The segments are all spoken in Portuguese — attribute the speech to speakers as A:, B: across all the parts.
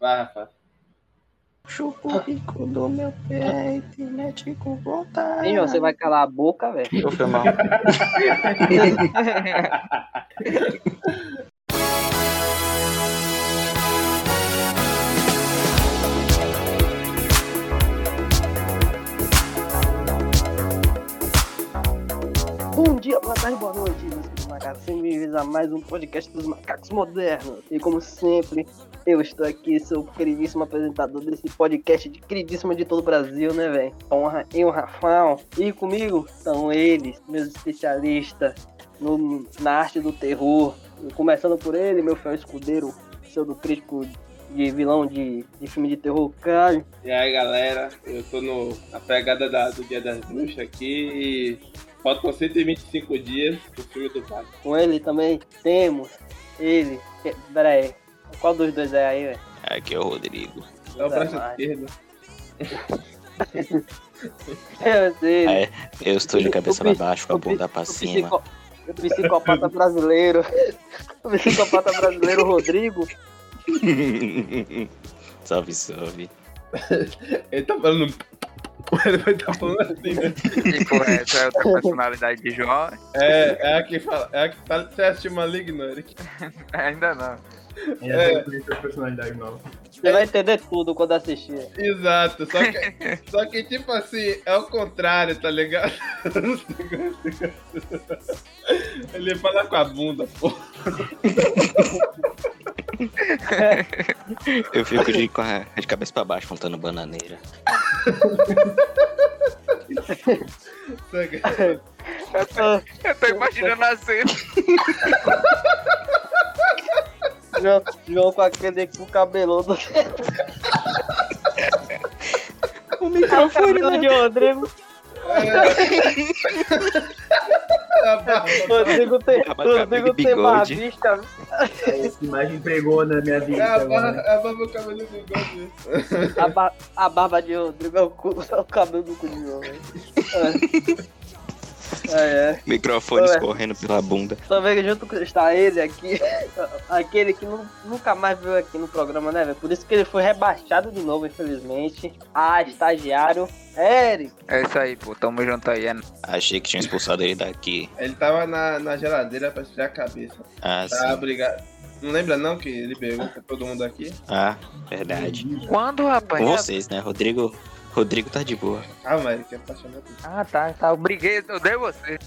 A: Vai, Rafa.
B: Chupa o bico do meu pé, internet com vontade.
C: Sim, você vai calar a boca, velho.
D: Eu fui mal.
C: Bom dia, boa tarde, boa noite, meus queridos macacos. Sejam bem-vindos a mais um podcast dos macacos modernos. E como sempre, eu estou aqui, seu queridíssimo apresentador desse podcast, de queridíssimo de todo o Brasil, né, velho? A honra e o Rafão. E comigo são eles, meus especialistas no- na arte do terror. E começando por ele, meu fiel escudeiro, pseudo crítico de vilão de, de filme de terror, Caio.
A: E aí, galera, eu tô no, na pegada da- do Dia das Bruxas aqui e faltam 125 dias pro filme do Batman.
C: Com ele também temos ele. que- Pera aí, qual dos dois é aí, velho?
D: Aqui é o Rodrigo.
A: Então,
C: Tá
A: braço
C: mais.
A: esquerdo.
C: Eu sei,
D: Ah, é? Eu estou de cabeça pra baixo, com a
C: O
D: bunda pra
C: o
D: cima.
C: psico- O psicopata brasileiro. O psicopata brasileiro Rodrigo.
D: salve, salve.
A: Ele tá falando. Ele vai tá falando assim, né?
E: Tipo, essa é outra personalidade de João.
A: É, é a que fala. É a que tá você assiste maligno, Eric.
E: Ainda não.
A: É.
F: É, tem personalidade nova.
C: Você vai entender tudo quando assistir.
A: É, Exato, só que, só que tipo assim, é o contrário, tá ligado? Ele fala com a bunda, pô.
D: Eu fico de, com a- de cabeça pra baixo montando bananeira.
A: É
E: Eu tô imaginando a cena.
C: João, João com aquele com o cabeludo. o microfone né? do de Rodrigo.
A: A é barba.
C: Rodrigo tem,
D: Acaba com
C: Rodrigo
D: aquele
C: tem uma
D: bigode.
C: vista.
F: Essa imagem pegou na minha
A: É
F: vida
A: a
C: né?
A: barba,
F: agora.
A: é a barba o cabelo do bigode.
C: A, ba- a barba de Rodrigo é o, cu- é o cabelo do cu de João. velho. É. É, é.
D: Microfone
C: Ué.
D: escorrendo pela bunda.
C: Também junto com- está ele aqui, aquele que nu- nunca mais veio aqui no programa, né, velho? Por isso que ele foi rebaixado de novo, infelizmente. Ah, estagiário. Eric,
E: É isso aí, pô. Tamo junto aí. É...
D: Achei que tinha expulsado ele daqui.
A: Ele tava na, na geladeira pra esfriar a cabeça.
D: Ah,
A: Tá,
D: sim.
A: obrigado. Não lembra não que ele pegou pra todo mundo aqui?
D: Ah, verdade.
E: Uhum. Quando,
D: Com
E: rapaz?
D: vocês, né? Rodrigo. Rodrigo tá de boa.
A: Ah, mas que apaixonado.
E: Ah, tá, tá. Eu briguei, eu dei você.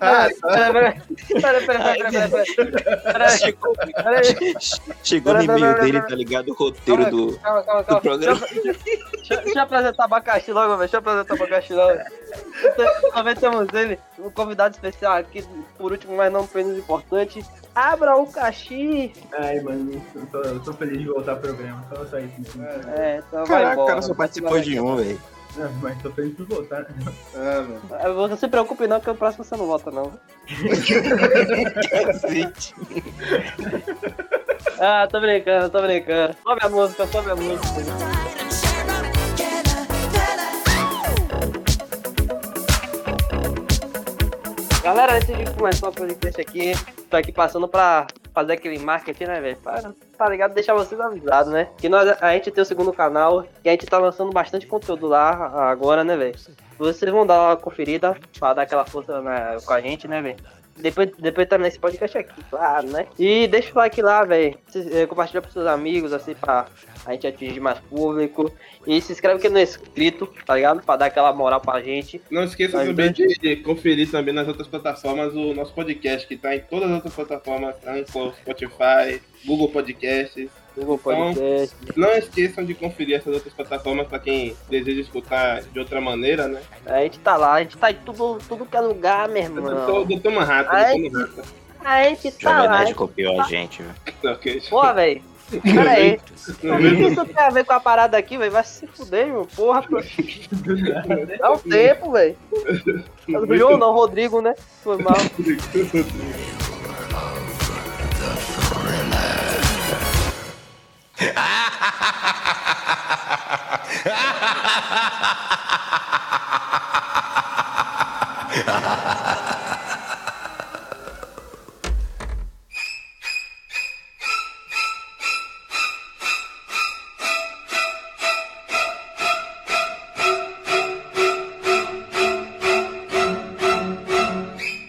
A: Ah,
C: pera, pera, pera, pera, pera, pera, pera, pera, aí,
D: Chegou,
C: pera aí.
D: chegou no
C: Não, não,
D: e-mail
C: não,
D: dele,
C: não.
D: tá ligado? O roteiro do,
C: Calma, calma,
D: do
C: calma.
D: programa.
C: Deixa, deixa eu apresentar abacaxi logo, velho. Deixa eu apresentar abacaxi logo. Então, Também temos ele, um convidado especial aqui, por último, mas não menos importante. Abra o caxi.
F: Ai, mano, eu tô, eu tô feliz de voltar ao programa. Só só isso mesmo.
C: É, então vai
D: Caraca, o
C: embora.
D: cara só participou de um, velho.
F: Ah, mas tô feliz por voltar.
A: ah, mano.
C: Ah, Você não se preocupe não, que o próximo você não volta não. Ah, tô brincando, tô brincando. Sobe a música, sobe a música. Galera, antes de começar o podcast aqui, tô aqui passando pra fazer aquele marketing, né, velho? Pra- Tá ligado? Deixar vocês avisados, né? Que nós, a gente tem o segundo canal e a gente tá lançando bastante conteúdo lá agora, né, velho? Vocês vão dar uma conferida pra dar aquela força na- com a gente, né, velho? Depois, depois também esse podcast aqui, claro, né? E deixa o like lá, velho. Se- eh, Compartilha pros seus amigos, assim, pra a gente atingir mais público. E se inscreve aqui no inscrito, tá ligado? Pra dar aquela moral pra gente.
A: Não esqueça
C: Vai,
A: também de de conferir também nas outras plataformas o nosso podcast, que tá em todas as outras plataformas, Anchor, Spotify, Google Podcasts.
C: Google
A: Então,
C: Podcast.
A: Não esqueçam de conferir essas outras plataformas pra quem deseja escutar de outra maneira, né?
C: A gente tá lá, a gente tá em tudo, tudo que é lugar, meu
A: Eu tô
C: irmão.
A: do Toma Rato,
C: Ai.
A: do Toma Rato.
C: A gente tá
D: Jovem
C: lá. a
D: Nerd
C: gente-
D: copiou a gente, velho.
A: tá Ok.
C: Pô, velho. Pera aí.
A: No
C: O que
A: mesmo-
C: isso tem a ver com a parada aqui, velho? Vai se fuder, meu. Porra, pô. Dá um tempo, velho. O João não, o Rodrigo, né? Foi mal.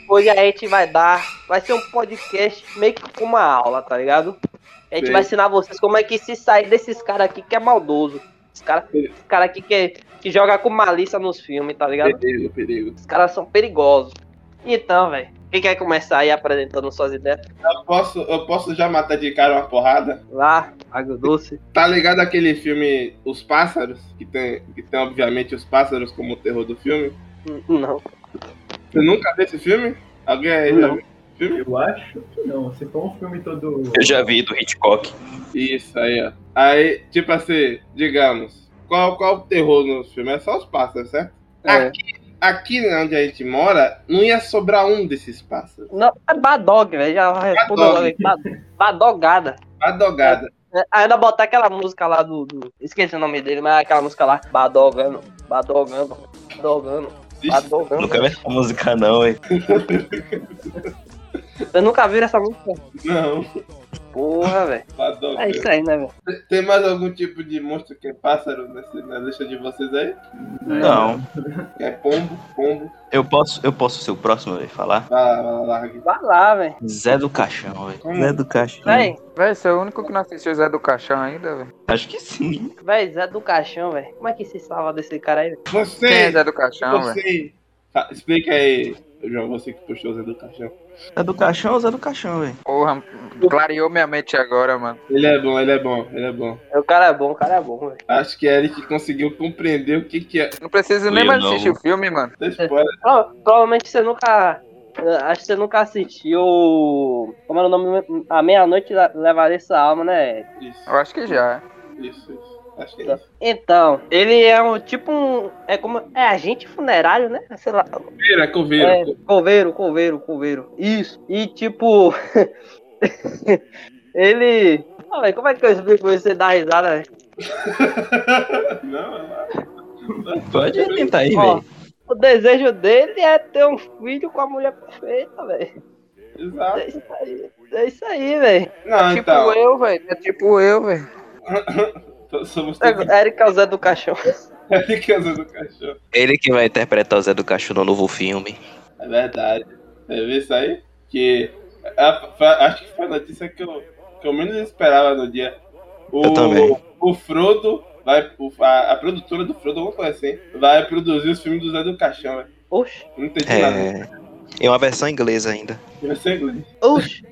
C: Hoje a gente vai dar, vai ser um podcast meio que com uma aula, tá ligado? A gente
A: Sim.
C: vai ensinar vocês como é que se sair desses caras aqui que é maldoso. Os caras cara aqui que, que joga com malícia nos filmes, tá ligado?
A: Perigo, perigo.
C: Os caras são perigosos. Então, velho, quem quer começar aí apresentando suas ideias?
A: Eu posso, eu posso já matar de cara uma porrada?
C: Lá, Água Doce.
A: Tá ligado aquele filme Os Pássaros? Que tem, que tem obviamente, os pássaros como o terror do filme.
C: Hum, Não.
A: Você nunca viu esse filme? Alguém aí já
C: Não.
A: viu?
F: Eu acho que não. Se for um filme todo.
D: Eu já vi do Hitchcock.
A: Isso aí, ó. Aí, tipo assim, digamos, qual, qual o terror no filme? É só os pássaros, certo?
C: É.
A: Aqui, aqui né, onde a gente mora, não ia sobrar um desses pássaros.
C: Não, é Badog, velho. Já respondo logo aí. Ba- Badogada.
A: Badogada.
C: É, Ainda botar aquela música lá do, do- Esqueci o nome dele, mas aquela música lá. Badogando. Badogando. Badogando.
A: Vixe,
C: Badogando.
D: Nunca vi essa música, não, velho.
C: Vocês nunca viram essa música?
A: não,
C: Porra, velho. É
A: badogada.
C: isso aí, né, velho?
A: Tem mais algum tipo de monstro que é pássaro nesse- na lista de vocês aí?
D: Não.
A: É pombo, pombo.
D: Eu posso, eu posso ser o próximo, velho, falar?
A: Vai lá, vai lá, larga.
C: Vai lá, velho.
D: Zé do Caixão, velho.
A: Hum.
D: Zé do Caixão.
C: Véi,
E: Véi, você é o único que não assistiu o Zé do Caixão ainda, velho.
D: Acho que sim.
C: véi, Zé do Caixão, velho. Como é que se salva desse cara aí, velho?
A: Você!
E: Quem é Zé do Caixão, velho?
A: você! Tá, explica aí, João, você que puxou o Zé do Caixão.
D: Zé do Caixão ou Zé do Caixão, velho?
E: Porra, clareou minha mente agora, mano.
A: Ele é bom, ele é bom, ele é bom.
C: O cara é bom, o cara é bom, velho.
A: Acho que é ele que conseguiu compreender o que que é.
E: Não preciso nem
D: Eu
E: mais
D: não.
E: assistir o filme, mano.
A: Dá spoiler.
C: Pro- provavelmente você nunca. eh, Acho que você nunca assistiu. Como era o nome? A Meia-Noite La- Levaria Essa Alma, né?
A: Isso,
E: Eu acho que já. é.
A: isso, isso. Acho que é isso.
C: Então, ele é um tipo um. É como. É agente funerário, né? Sei lá.
A: Coveiro, é coveiro.
C: É, coveiro, coveiro, coveiro. Isso. E tipo. ele. Ah, velho, como é que eu explico isso? Você dá risada, velho?
A: Não, é lá.
D: Pode tentar Tá aí,
C: Ó,
D: velho.
C: O desejo dele é ter um filho com a mulher perfeita, velho.
A: Exato.
C: É isso aí, é isso aí, velho.
A: Não,
E: Tipo
A: então.
E: eu, velho. É tipo eu, velho.
A: to- Somos todos
C: Eric é o Zé do Caixão.
A: a riqueza do cachorro.
D: Ele que vai interpretar o Zé do Caixão no novo filme.
A: É verdade. Você viu isso aí? Que. a- fa- acho que foi a notícia que eu, que eu menos esperava no dia. O,
D: Eu também.
A: O Frodo. Vai, o- a, a produtora do Frodo, alguma coisa assim, vai produzir os filmes do Zé do Caixão, velho.
C: Oxi,
A: Não entendi nada. né?
D: É. É uma versão inglesa ainda.
A: Vai ser inglês.
C: oxi.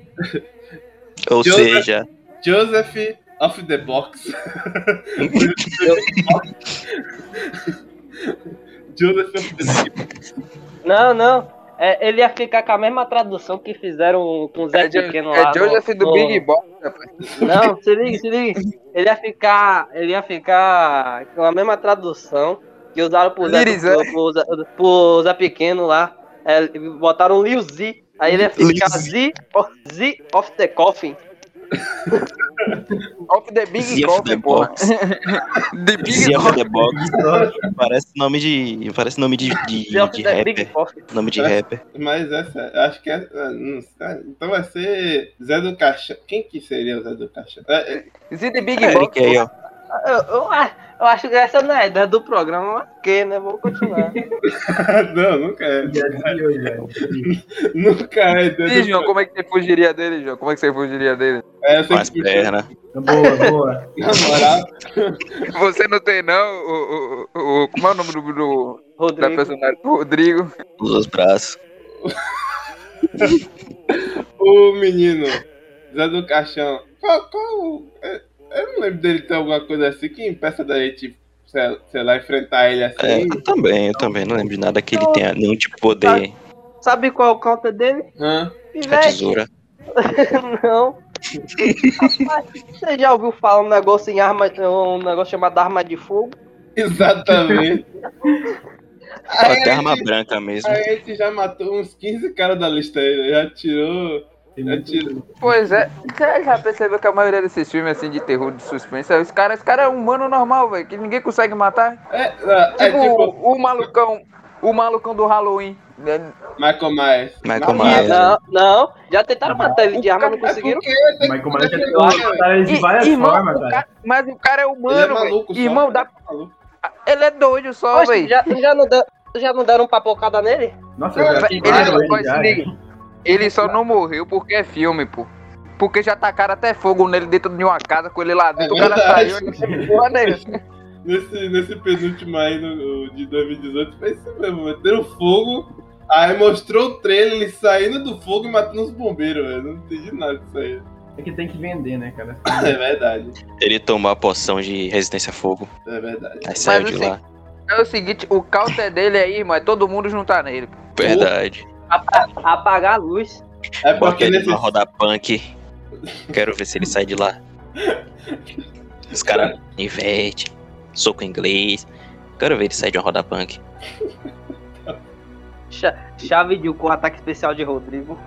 D: Ou
A: Eu-
D: seja,
A: Joseph of the Box. Joseph of the Box.
C: Não, não. É, ele ia ficar com a mesma tradução que fizeram com o Zé
E: É, Jo-
C: Pequeno
E: é
C: lá. no-
E: Joseph do
C: no-
E: Big Boss. rapaz.
C: Não, se liga, se liga. Ele ia ficar. Ele ia ficar com a mesma tradução que usaram pro Zé,
E: Lil
C: pro, pro Zé, pro Zé Pequeno lá. É, botaram Lil Z. Aí ele ia ficar
D: Lil
C: Z, of- Z of the Coffin.
E: Off the Big
D: Zia of the
E: Coffee, porra.
D: Box.
E: The Big
D: Zia
E: Coffee.
D: of the Box. Parece nome de. Parece nome de, de,
C: Z of
D: de
C: the Big
D: rapper.
C: Coffin.
D: Nome de rapper.
A: Mas essa, acho que é. ah, não sei. Então vai ser Zé do Caixão. Quem que seria o Zé do Caixão? É, é,
E: Zia the Big
D: É,
E: Box.
D: Eric aí, ó.
C: Eu, eu, eu acho que essa não é a ideia do programa, mas ok, né? Vamos continuar.
A: não, nunca é.
F: Já desviou, já. desviou.
A: Nunca é. Zé
E: Ih,
A: do-
E: João, como é que você fugiria dele, João? Como é que você fugiria dele?
A: É, eu sei
D: Com as
A: que-
D: pernas.
F: Boa, boa.
A: Na moral,
E: Você não tem, não? O, o- o- o- como é o nome do, do- da
C: Rodrigo.
E: personagem? O Rodrigo.
D: Os dois braços.
A: o menino Zé do Caixão. Qual. qual é, eu não lembro dele ter alguma coisa assim que impeça da gente, sei, sei lá, enfrentar ele
D: É,
A: assim.
D: eu também, eu também. Não lembro de nada que ele tenha nenhum tipo de poder.
C: Sabe qual é o counter dele?
A: Hã?
D: A
C: Véi,
D: tesoura. um-
C: Não. Rapaz, você já ouviu falar um negócio em arma, um negócio chamado arma de fogo?
A: Exatamente. Aí
D: Até
A: a
D: arma
A: gente-
D: branca mesmo.
A: aí a gente já matou uns 15 caras da lista aí, já tirou.
F: Tem
A: Já
F: muito-
A: tirou.
E: Pois é. Você já percebeu que a maioria desses filmes, assim, de terror, de suspense, os caras os cara é humano normal, velho, que ninguém consegue matar.
A: É, é, é
E: Tipo,
A: tipo É,
E: o malucão, o malucão do Halloween. né?
A: Michael Myers.
D: Michael
A: Mas-
D: Myers.
C: Não, não. Já tentaram matar ele de arma, não
A: É
C: conseguiram.
A: porque tem que
F: Michael Myers já
A: proteger
F: tentou
A: ele, é velho.
F: matar ele de
C: É,
E: Ih,
F: várias
E: irmão,
F: formas,
E: o
F: velho.
E: cara- mas o cara é humano,
A: é Ele é
E: velho.
A: maluco, só.
E: Irmão, dá-
A: Maluco.
E: ele é doido só,
C: Poxa,
E: velho.
C: já, já, não deu- já não deram papocada nele?
F: Nossa, é eu já
E: Vai-
F: tem
E: Ele,
F: vários
E: só,
F: já. né?
E: se liga. Ele só não morreu porque é filme, pô. Porque já tacaram até fogo nele dentro de uma casa com ele lá dentro. o cara
A: É
E: né?
A: verdade.
E: saiu e não tem porra nenhuma.
A: Nesse, nesse penúltimo aí no- de 2018 foi isso mesmo, meteram fogo, aí mostrou o trailer, ele saindo do fogo e matando os bombeiros, velho. Não entendi nada disso aí.
F: É que tem que vender, né, cara?
A: É verdade,
D: Ele tomou a poção de resistência a fogo.
A: é verdade.
D: Aí saiu de
E: assim,
D: lá.
E: É o seguinte, o counter dele aí, irmão, é todo mundo juntar nele. pô.
D: Verdade.
C: Apagar a luz.
A: É
D: Bota
A: porque
D: ele
A: nesse.
D: pra rodar punk. Quero ver se ele sai de lá. Os caras inverte. Soco inglês. Quero ver ele sair de uma roda punk.
C: cha- Chave de U com ataque especial de Rodrigo.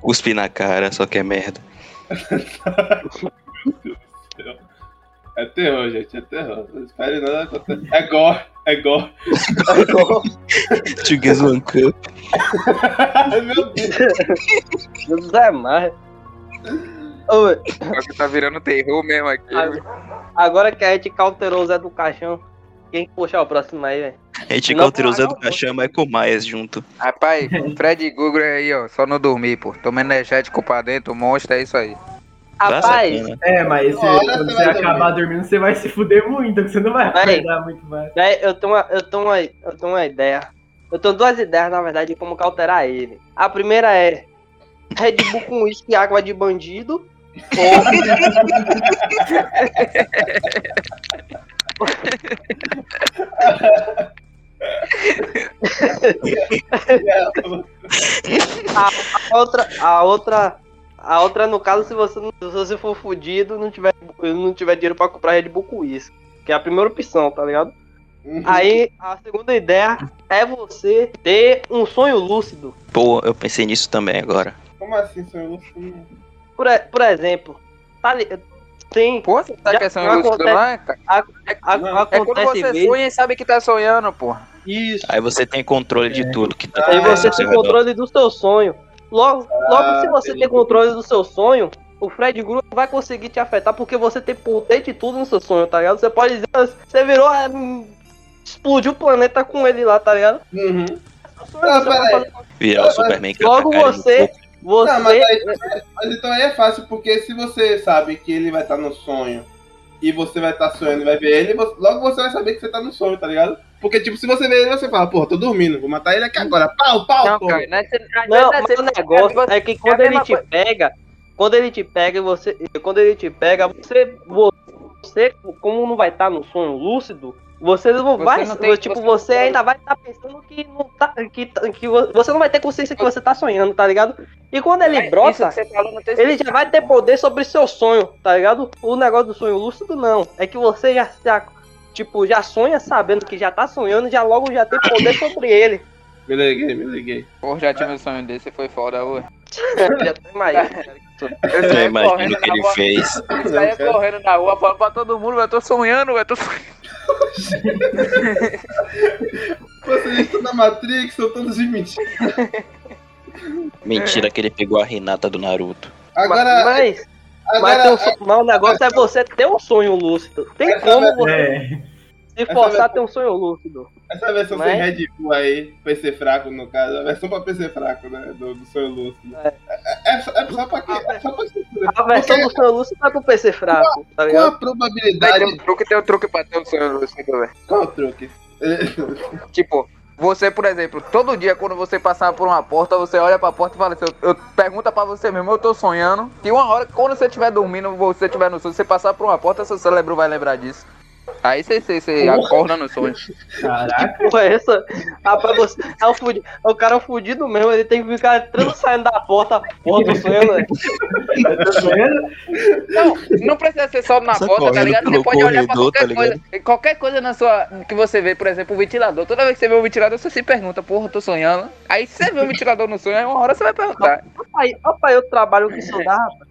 D: Cuspe na cara, só que é merda.
A: É terror, gente, é terror. Não espere nada acontecer. É gore, é gore.
D: Tigres One Cup.
A: Meu Deus,
C: Meu Deus é mais. Ô,
E: Nossa, tá virando terror mesmo aqui.
C: a- Agora que a gente cauterou o Zé do Caixão, quem puxar o próximo aí, velho?
D: A gente
C: Não,
D: encontrou o Zé do
C: não.
D: Caixão e Michael Myers junto.
E: Rapaz, Fred e Google aí, ó, só não dormir, pô. Toma energético pra dentro, monstro, é isso aí.
D: Tá
C: Rapaz,
D: sacana.
F: É, mas
A: Uma
F: você-
A: hora
F: quando
A: você
F: você
A: vai
F: acabar dormindo, você vai se fuder muito, você não vai
C: Vai.
F: acordar muito mais.
C: Daí Né, eu tenho, uma, eu, tenho uma, eu tenho uma ideia. Eu tenho duas ideias, na verdade, de como cauterar ele. A primeira é Red Bull com uísque e água de bandido. A outra, a outra, a outra no caso, se você, não- se você for fudido não tiver, não tiver dinheiro pra comprar Red Bull com uísque. Que é a primeira opção, tá ligado?
A: Uhum.
C: Aí, a segunda ideia é você ter um sonho lúcido.
D: Pô, eu pensei nisso também agora.
A: Como assim, senhor Lucinho?
C: Por, e- por exemplo, tá li- tem,
E: Pô, você tá
C: Já-
E: questão
C: já
E: lúcido
C: acontece-
E: lá, cara?
C: a-
A: Não,
E: É quando
C: acontece
E: você
C: vezes-
E: sonha e sabe que tá sonhando, pô.
C: Isso.
D: Aí você tem controle de tudo que tá
C: É. Aí
A: Ah,
C: você
D: acontecendo ao seu
C: tem
D: redor.
C: controle do seu sonho. Logo, logo se você
A: entendi.
C: tem controle do seu sonho, o Fred Gruber não vai conseguir te afetar porque você tem poder de tudo no seu sonho, tá ligado? Você pode dizer, "Ah, você virou, ah, hum, explodiu o planeta com ele lá, tá ligado?
A: Uhum.
C: Você
A: Não,
C: vai
A: peraí.
C: fazer-
D: Virar o Superman que
C: Logo
D: atacar ele no
C: você,
D: corpo.
C: você,
A: Não, mas, aí- mas então aí é fácil, porque se você sabe que ele vai estar no sonho e você vai estar sonhando e vai ver ele, você- logo você vai saber que você tá no sonho, tá ligado? Porque, tipo, se você vê ele, você fala, porra, tô dormindo, vou matar ele aqui agora. Pau, pau,
E: Não,
A: porra.
E: cara, não é ser- às
C: Não,
E: vezes é
C: mas
E: ser-
C: o negócio
E: você-
C: é que quando
E: a
C: ele
E: mesma
C: te
E: coisa.
C: pega, quando ele te pega e você, quando ele te pega, você, você, como não vai estar no sonho lúcido, você não
E: Você
C: vai,
E: não tem-
C: tipo,
E: você
C: você,
E: não tem.
C: ainda vai estar pensando que não tá, que, tá- que vo- você não vai ter consciência que você tá sonhando, tá ligado? E quando ele
E: É, Isso
C: brota,
E: que você falou não tem
C: ele já vai ter poder sobre seu sonho, tá ligado? O negócio do sonho lúcido não, é que você já, já tipo, já sonha sabendo que já tá sonhando, já logo já tem poder sobre ele.
A: Me liguei, me liguei.
E: Pô, já tive um sonho desse, foi foda, ô.
C: já tem mais. tá
E: Eu
D: Eu
E: saía
D: imagino o que ele
E: na rua,
D: fez. né?
E: eu saía correndo na rua, falando pra todo mundo, eu tô sonhando, eu tô sonhando.
A: Vocês estão na Matrix, são todos de mentira.
D: Mentira que ele pegou a Renata do Naruto.
A: Agora,
C: Mas- Mas, tem um
A: agora,
C: sonho- mas o negócio é você ter um sonho lúcido. Tem
A: Essa
C: como você
F: É,
C: se
A: essa
C: forçar
A: vai-
C: a ter um sonho lúcido.
A: essa versão
C: Mas-
A: sem Red Bull aí, PC fraco no caso, a versão pra PC fraco, né, do, do sonho lúcido. É, é só- é só pra que... É só pra que...
C: A versão do sonho lúcido é com o PC fraco, tá
A: Com
C: ligado?
A: a
E: Vai ter
A: probabilidade...
E: um truque, tem um truque pra ter um sonho lúcido, velho.
A: Qual o truque?
E: Tipo, você, por exemplo, todo dia quando você passar por uma porta, você olha pra porta e fala assim, eu, eu pergunta pra você mesmo, eu tô sonhando. Que uma hora, quando você estiver dormindo, você estiver no sonho, você passar por uma porta, seu cérebro vai lembrar disso. Aí você, você, você acorda no sonho.
F: caraca.
C: Porra, essa. Rapaz, você. É um fudido, é um cara fudido mesmo, ele tem que ficar entrando e saindo da porta. Porra, tô sonhando, né?
F: Eu tô sonhando.
E: Não, não precisa ser só na
D: Só
E: porta, tá
D: correndo
E: ligado? Você
D: pelo
E: pode olhar pra
D: corredor,
E: qualquer
D: tá
E: coisa. Qualquer coisa na sua, que você vê, por exemplo, o ventilador. Toda vez que você vê o ventilador, você se pergunta, porra, eu tô sonhando. Aí você vê o ventilador no sonho, aí uma hora você vai perguntar.
C: Rapaz, rapaz, eu trabalho que isso dá, rapaz.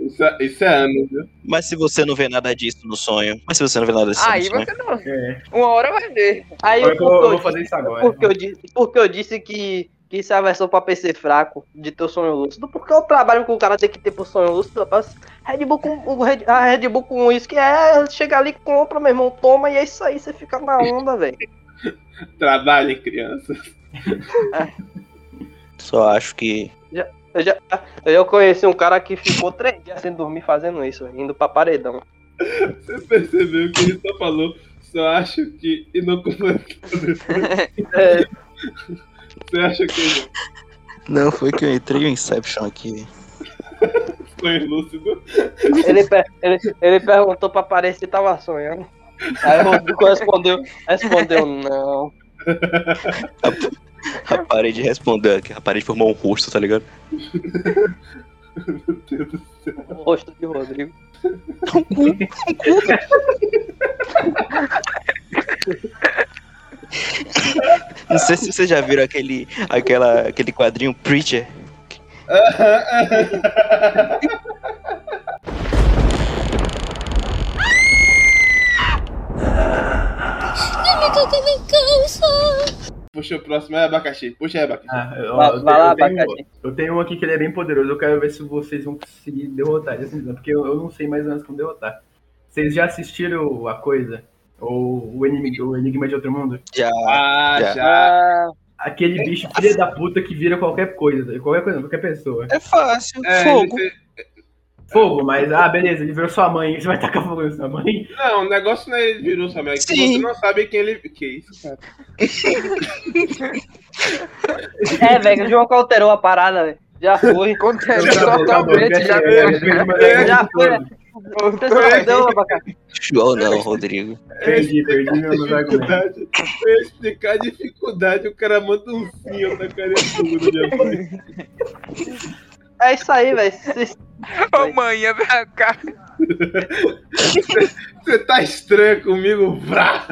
A: Isso é, isso é ano, viu?
D: Mas se você não vê nada disso no sonho. Mas se você não vê nada disso
E: Aí
D: no sonho.
E: você não.
F: É.
E: Uma hora vai ver.
C: Aí
F: Eu
C: por que
F: vou,
C: eu
F: eu vou
C: disse- É
F: fazer isso agora.
C: por que eu disse, por que eu disse que, que que isso é a versão pra PC fraco de teu sonho lúcido. Porque o trabalho que o cara tem que ter pro sonho lúcido, rapaz. Red Bull com, o Red, a Red Bull com isso que é, chega ali, compra, meu irmão, toma e é isso aí, você fica na onda, velho.
A: Trabalhem, crianças.
D: Só acho que.
C: Eu, já- eu conheci um cara que ficou três dias sem dormir fazendo isso, indo pra paredão.
A: Você percebeu que ele só falou, só acho que. E não completou depois.
C: É,
A: Você acha que ele
D: Não, foi que eu entrei o Inception aqui.
A: foi é um lúcido?
C: Ele, per- ele, ele perguntou pra parecer se tava sonhando. Aí o Rodrigo respondeu, respondeu não.
D: A parede respondeu aqui. A parede formou um rosto, tá ligado?
A: Meu Deus do céu.
C: O rosto de Rodrigo.
D: Não sei se vocês já viram aquele, aquela, aquele quadrinho Preacher.
A: Puxa, o próximo é abacaxi. Puxa aí, abacaxi.
F: Ah, eu,
C: Vai,
F: eu
C: vai lá,
F: tenho, eu,
C: Abacaxi.
F: tenho, eu tenho um aqui que ele é bem poderoso. Eu quero ver se vocês vão conseguir derrotar ele, assim, porque eu, eu não sei mais ou menos como derrotar. Vocês já assistiram a coisa? Ou o Enigma, o Enigma de Outro Mundo?
D: Já.
A: Ah,
D: Já.
A: já.
F: Aquele
C: É
F: bicho filha da puta que vira qualquer coisa, qualquer coisa, qualquer pessoa.
D: É fácil.
A: É, ele
D: fogo.
A: tem-
F: Fogo, mas ah, beleza, ele virou sua mãe, você vai tacar fogo na sua mãe.
A: Não, o negócio não é ele virou sua mãe, é que
D: Sim.
A: você não sabe quem ele. Que isso, cara?
C: É, velho, o João que alterou a parada, velho. É, Já foi.
E: Acontece
F: Acabou, acabou,
E: totalmente, já
F: esquece, esquece,
C: Já foi.
F: esquece.
C: Você só perdeu, abacaxi.
D: Show não, Rodrigo.
F: Perdi, perdi meu É meu argumento.
A: Dificuldade. Eu ia explicar a dificuldade, o cara manda um sim, eu tacaria tudo na minha mãe.
C: É isso aí, velho. Se-
E: Ô, mãe, é pra cá.
A: Você tá estranho comigo, vrá!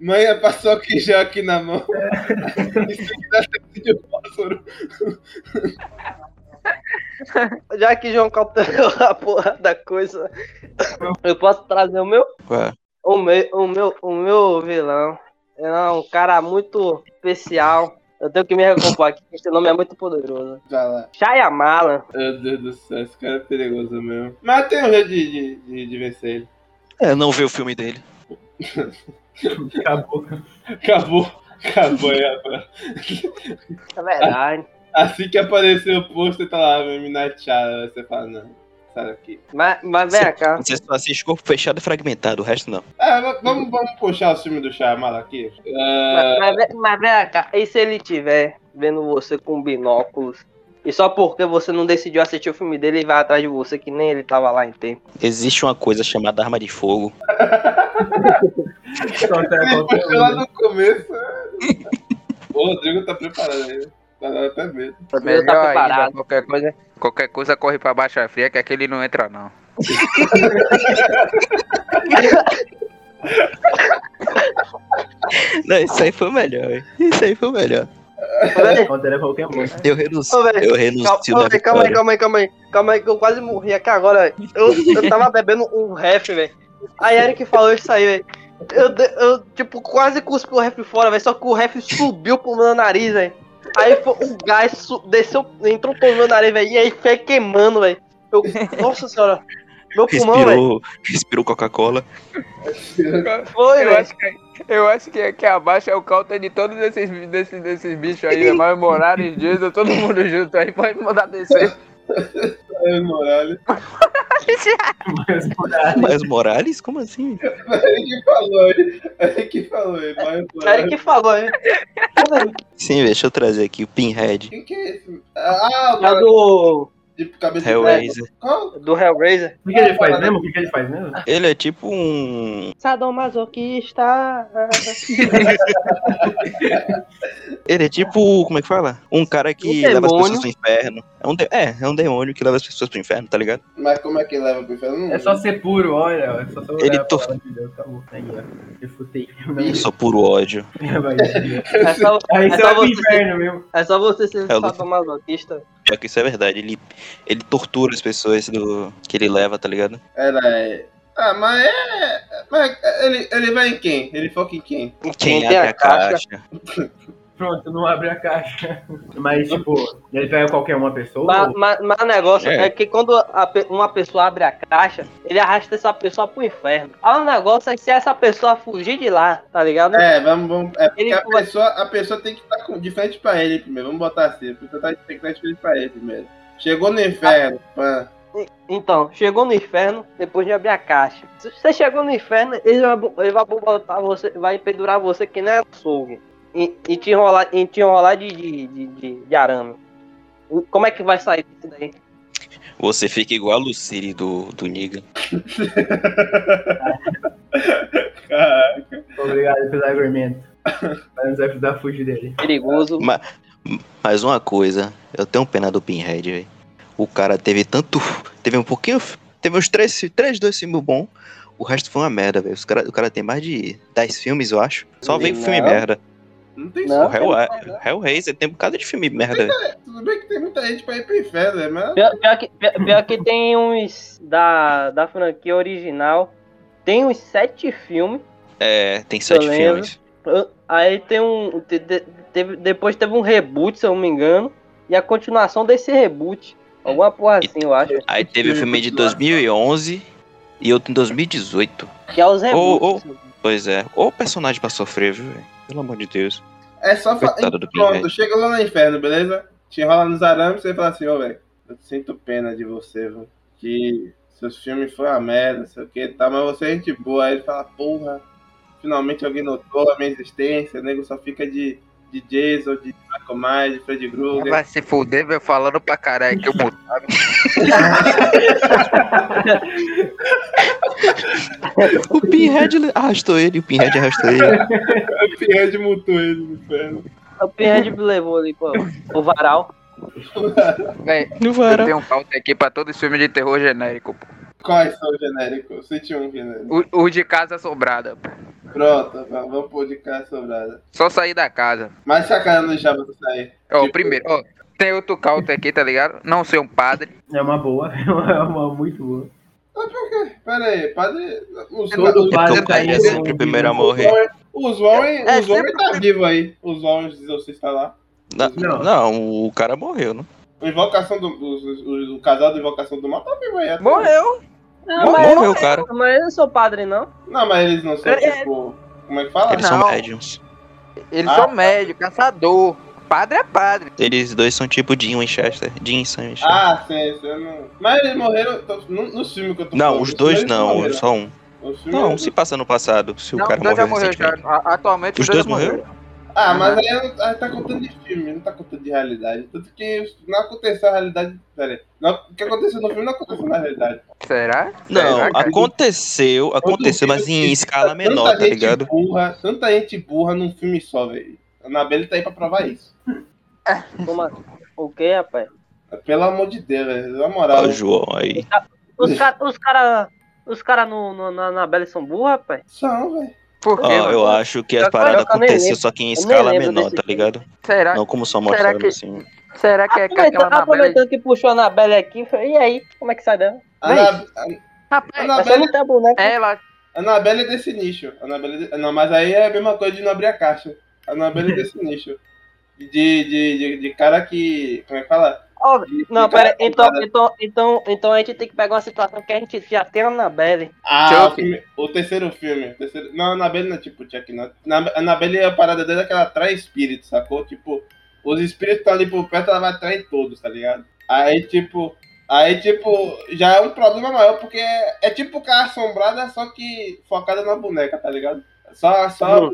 A: Mãe, é passou que já aqui na mão. Isso aqui dá sentido de fósforo.
C: Já que o João que alterou a porra da coisa, eu posso trazer o meu?
D: Ué,
C: O meu, o meu, o meu vilão. Ele é um cara muito especial. Eu tenho que me recompor aqui, esse nome é muito poderoso.
A: Vai Tá lá.
C: Shyamalan.
A: Meu Deus do céu, esse cara é perigoso mesmo. Mas tem um jeito de, de, de- de vencer ele.
D: É, não ver o filme dele.
F: Acabou.
A: Acabou. Acabou aí, rapaz.
C: É verdade.
A: Assim que aparecer o pôster, tá lá, me natear. Você fala, não, sai daqui.
C: Mas, mas vem cá.
D: Você só assiste corpo fechado e fragmentado, o resto não.
A: Ah, va- vamos, vamos puxar o filme do Shyamalan aqui. Ah,
C: Mas, mas vem- mas vem cá. E se ele tiver vendo você com binóculos? E só porque você não decidiu assistir o filme dele, ele vai atrás de você, que nem ele tava lá em tempo.
D: Existe uma coisa chamada arma de fogo.
F: Então, até
A: ele
F: qualquer
A: puxou lá
F: um.
A: no começo. né? o Rodrigo tá preparado aí. Tá dando até medo.
C: Ele tá
E: Melhor ainda,
C: preparado.
E: qualquer
C: é,
E: coisa, qualquer coisa corre pra baixa fria, que aquele não entra, não.
D: Não, isso aí foi o melhor. hein? Isso aí foi o melhor.
C: Velho,
F: Contra qualquer um.
D: Eu renuncio.
C: Ô, velho,
D: Eu
C: Calma,
D: renuncio.
C: ô,
D: na
C: velho, calma aí,
D: vitória.
C: calma aí, calma aí. Calma aí, que eu quase morri aqui agora. velho. Eu, eu tava bebendo um ref, velho. A Eric falou isso aí, velho. Eu, de- eu, tipo, quase cuspi o ref fora, velho. Só que o ref subiu pro meu nariz, velho. Aí foi- o gás su- desceu, entrou pelo meu nariz, velho. E aí foi queimando, velho. Eu- Nossa senhora. Meu pulmão, velho.
D: Respirou, respirou Coca-Cola.
C: Foi,
E: Eu
C: velho.
E: acho que, eu acho que aqui abaixo é o counter de todos esses, desses, desses bichos aí, é mais Morales, Jesus, todo mundo junto aí, pode mandar descer.
A: Aí, Morales.
F: Mas, porra,
D: Mas Morales? Como assim?
A: Ele que falou aí. Ele que falou aí. Vai,
C: A Eric falou, hein?
D: Sim, velho, deixa eu trazer aqui o Pinhead,
A: Quem que é esse? Ah, o
C: A
A: cara
C: Tá do.
A: de cabelo de preto.
D: Hellraiser.
A: Qual?
C: Do Hellraiser.
F: O que, que ele faz mesmo? O que, que ele faz mesmo?
D: Ele é tipo um.
C: Sadomasoquista.
D: Ele é tipo. Como é que fala? Um cara que
C: Um
D: leva as
C: demônio.
D: pessoas pro inferno. É, um de- é, é um demônio que leva as pessoas pro inferno, tá ligado?
A: Mas como é que leva pro inferno? Não
F: É só ser puro, olha. É só ser
D: Ele tor-
F: tá Eu futei.
D: Só puro ódio.
C: É só,
F: Aí
C: é
F: você
C: só
F: vai pro
C: você,
F: inferno mesmo.
C: é só você ser
D: É o Luffy.
C: sadomasoquista.
D: Pior que isso é verdade. Ele, ele tortura as pessoas do, que ele leva, tá ligado?
A: Ela é. Ah, mas é. Mas ele, ele vai em quem? Ele foca em quem?
D: Quem
C: tem
D: abre
C: a
D: a caixa?
F: Pronto, não abre a caixa. Mas, tipo, ele pega qualquer uma pessoa.
C: Mas, mas- mas o negócio é,
D: É.
C: que quando a pe- uma pessoa abre a caixa, ele arrasta essa pessoa pro inferno. Aí o negócio é que se essa pessoa fugir de lá, tá ligado?
A: É, vamos. vamos é porque
C: Ele
A: a
C: vai-
A: pessoa, a pessoa tem que estar com- de frente pra ele primeiro. Vamos botar assim. A pessoa tá- tem que estar de frente pra ele primeiro. Chegou no inferno. pã.
C: Então, chegou no inferno depois de abrir a caixa. Se você chegou no inferno, ele vai, bo- ele vai botar você, vai pendurar você que nem açougue. E, e te enrolar, e te enrolar de, de, de, de- de arame. E Como é que vai sair disso daí?
D: Você fica igual a Lucille do, do Niga.
A: Caralho.
F: Obrigado pelo argumento. Mas não vai precisar fugir dele.
C: Perigoso.
D: Mas uma coisa, eu tenho pena do Pinhead, velho. O cara teve tanto. Teve um pouquinho. Teve uns três, três dois filmes bons. O resto foi uma merda, velho. Os cara- O cara tem mais de 10 filmes, eu acho. Só veio filme
C: Não.
D: merda.
A: Não tem
D: é O
C: Não.
A: não.
D: Hell, Hellraiser tem um bocado de filme merda, velho.
A: Tudo bem é que tem muita gente pra ir pro inferno, né? Mas.
C: Pior, pior que, pior, pior que tem uns da, da franquia original. Tem uns sete filmes.
D: É, tem sete
C: lembro.
D: filmes.
C: Eu- Aí tem um. te- te- teve- depois teve um reboot, se eu não me engano. E a continuação desse reboot. Alguma porra assim, eu acho.
D: Aí teve o filme de
F: Muito massa.
D: 2011 e outro em 2018.
C: Que é os reboots.
D: Pois é. Ou o personagem pra sofrer, viu, velho? Pelo amor de Deus.
A: É só fa-
D: Coitado do
A: Pronto,
D: Pinhead.
A: chega lá no inferno, beleza? Te enrola nos arames e você fala assim, ô velho, eu sinto pena de você, velho. Que seus filmes foi uma merda, sei o que tá, mas você é gente boa. Aí ele fala, porra, finalmente alguém notou a minha existência, o nego só fica de, de Jason, de Michael Myers, de Freddy Krueger.
E: Vai se fuder, meu, falando pra caralho que eu botei.
D: O Pinhead arrastou ele, o Pinhead arrastou ele.
A: O Pinhead mutou ele no inferno.
C: É O Pinhead levou ali, pô. O varal.
E: Véi,
D: No
E: eu
D: varal.
E: tenho um pauta aqui pra todos os filmes de terror genérico, pô.
A: Quais são os genéricos? Sente um genérico.
E: O, o de casa assombrada, pô.
A: Pronto, vá, vamos pôr de cara sobrada.
E: Só sair da casa.
A: Mas sacanagem já você sair.
E: Ó, o primeiro, ó. Tem outro caute aqui, tá ligado? Não ser um padre.
F: É uma boa, é uma muito boa.
A: Mas por quê? Pera aí, padre. Os
F: Todo padre
D: o cara é sempre o primeiro a morrer.
A: O Zoe,
C: É,
A: o Zoe tá vivo aí. O Zoe 16 tá lá.
D: Não,
F: Não.
D: não, o cara morreu, não?
A: O Invocação do. O, o- o casal do Invocação do Mal tá vivo aí. até.
E: Morreu.
C: Não,
D: Morreu,
C: mas,
D: cara.
C: mas eu não sou padre, não.
A: Não, mas eles não são,
C: É,
A: tipo. Como é que fala?
D: Eles são
E: Não.
D: médiums.
E: Eles
A: Ah,
E: são
A: tá.
E: médios, caçador. Padre é padre.
D: Eles dois são tipo Dean Winchester. Dean e Sam Winchester.
A: Ah, sim, sim. eu Não... Mas eles morreram tô- no, no filme que eu tô
D: não,
A: falando,
D: os dois
A: eles
D: não,
A: morreram. é-
D: só um.
A: Os filmes-
D: Não, se passa no passado, se o
E: não,
D: cara
E: os dois já
D: morreu
E: morreu já.
D: recentemente.
E: A- Atualmente
D: Os dois morreram?
A: Ah, mas aí, eu- aí tá contando de filme, não tá contando de realidade. Tanto que não aconteceu a realidade. Pera aí. Não- o que aconteceu no filme não aconteceu na realidade.
E: Será?
D: Não,
E: Será, cara?
D: aconteceu, aconteceu,
A: duvido
D: mas em
A: que
D: escala menor,
A: tanta
D: tá
A: gente
D: ligado?
A: Burra, tanta gente burra num filme só, velho. A Anabelle tá aí pra provar isso.
C: Como assim? O que, rapaz?
A: Pelo amor de Deus, velho. Na moral.
D: Ó, o João aí.
C: Os caras. Os cara, os cara no, no- na, na Bela são burros, rapaz.
A: São, velho.
E: Por
D: Ó,
E: quê? mano?
D: Ah, eu acho que a
C: Eu-
D: parada
C: eu nem
D: aconteceu
C: lembro.
D: só que em
C: nem
D: escala
C: lembro
D: menor,
C: desse
D: tá
C: filme.
D: ligado?
E: Será,
D: Não como só mostraram
E: que-
D: assim.
E: será que é que aquela
C: Aproveitando,
E: Anabelle...
C: aproveitando que puxou a Anabelle aqui, e aí? Como é que sai dela?
A: A Ana-
E: Rapaz,
A: Ana-
C: Mas só não tem a
A: né?
C: boneca.
E: ela...
A: a Anabelle é desse nicho. A Anabelle é de- Não, mas aí é a mesma coisa de não abrir a caixa. A Anabelle é desse nicho. De, de, de, de cara que. Como é que fala?
C: Ó,
A: De- de
C: Não,
A: cara
C: pera,
A: que- é
C: então, então, então, então a gente tem que pegar uma situação que a gente já tem a Annabelle.
A: Ah, o,
E: Chuck.
A: filme- o terceiro filme. o terceiro- Não, a Anabelle não é tipo Chuck, não. Na- A Anabelle é a parada dela que ela atrai espírito, sacou? Tipo, os espíritos estão ali por perto, ela vai atrair todos, tá ligado? Aí, tipo. Aí, tipo, já é um problema maior, porque é, é tipo cara assombrada, só que focada na boneca, tá ligado? Só, só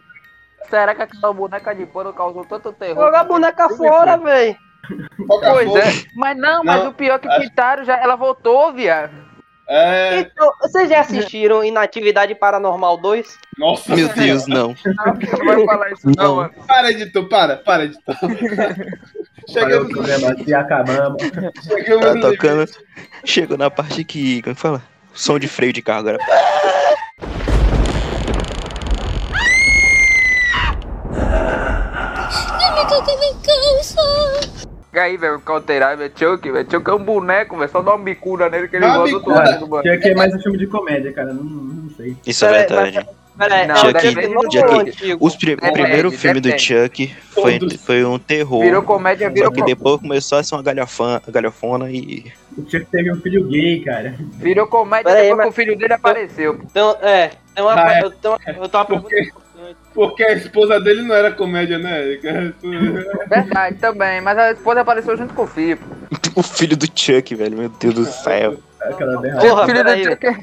E: Será que aquela boneca de pano causou tanto terror?
C: Joga a boneca fora, velho.
A: foca
E: Pois
A: fogo.
E: é. Mas não, mas
A: Não,
E: o pior é que
A: acho-
E: pintaram já. Ela voltou, viado.
A: É,
C: Então, vocês já assistiram Inatividade Paranormal 2?
A: Nossa,
D: Meu Deus, não.
E: Não vai falar isso não,
D: Não.
E: mano.
A: para editor, para, para editor.
F: Valeu,
A: chegamos,
F: programa, se acabamos.
A: chegamos
D: Tá
A: no-
D: tocando. Chegou na parte que. Como é que fala? Som de freio de carro agora.
E: Aí, velho, o Calteirai, velho, Chuck, velho, Chuck é um boneco, velho, só dá uma bicuda nele que ele
A: Dá uma
E: volta do outro
A: bicuda.
E: lado do banco.
F: Tinha que é mais um filme de comédia, cara. Não, não sei.
D: Isso é
C: Pera aí,
D: verdade.
C: Peraí,
E: Não,
C: é o
D: Chuck,
C: Chuck novo
D: Chuck.
C: ou antigo?
D: Os pri- o
E: Depende,
D: primeiro filme do
E: depende.
D: Chuck foi,
A: Todos.
D: foi um terror.
E: Virou comédia, virou,
D: Só que depois começou a ser uma galhofã, galhofona e.
F: Tinha que ter um filho gay, cara.
E: virou comédia
C: Pera aí,
E: depois
C: mas-
E: que o filho dele apareceu.
C: Então, é, tem uma,
A: Ah, é.
C: eu tenho uma, eu tenho uma pergunta
A: Porque-
C: importante.
A: Porque a esposa dele não era comédia, né?
E: Verdade, também, mas a esposa apareceu junto com o filho. pô.
D: O filho do Chuck, velho. Meu Deus do céu.
F: Aquela derrota.
C: Porra,
E: o filho
C: peraí.
E: do Chuck. é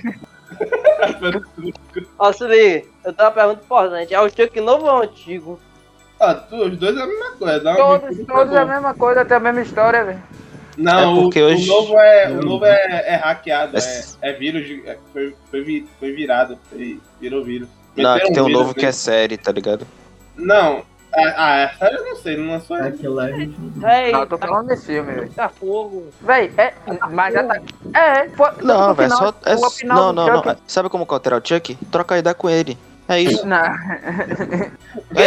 C: Ó, se liga, eu tenho uma pergunta importante. É o Chuck novo ou antigo?
A: Ah, tu, os dois é a mesma coisa. dá uma
E: Todos,
A: bicuda,
E: todos é
A: tá
E: a
A: bom.
E: mesma coisa, tem a mesma história, velho.
A: Não,
D: É porque
A: o,
D: hoje- Hum.
A: o novo é, o novo é, é hackeado, é,
D: Mas-
A: é vírus, de- é- foi, foi, vi- foi virado, foi, virou vírus.
D: Não,
A: Meteram
D: que tem um
A: vírus né?
D: novo que é
A: nele.
D: série, tá ligado?
A: Não, ah, ah, essa eu não sei, não lançou ainda.
F: Aquela a gente não-
C: Ei,
E: Não, eu tô falando desse filme, velho.
C: tá fogo.
E: Véi, é. Mas já tá. É, foi.
D: Não,
E: no
D: velho,
E: final-
D: só. é
E: o
D: s-
E: final
D: não,
E: do
D: não, não.
E: Chuck-
D: Sabe como alterar o Chuck? Troca ideia com ele. É isso.
E: Não.
D: É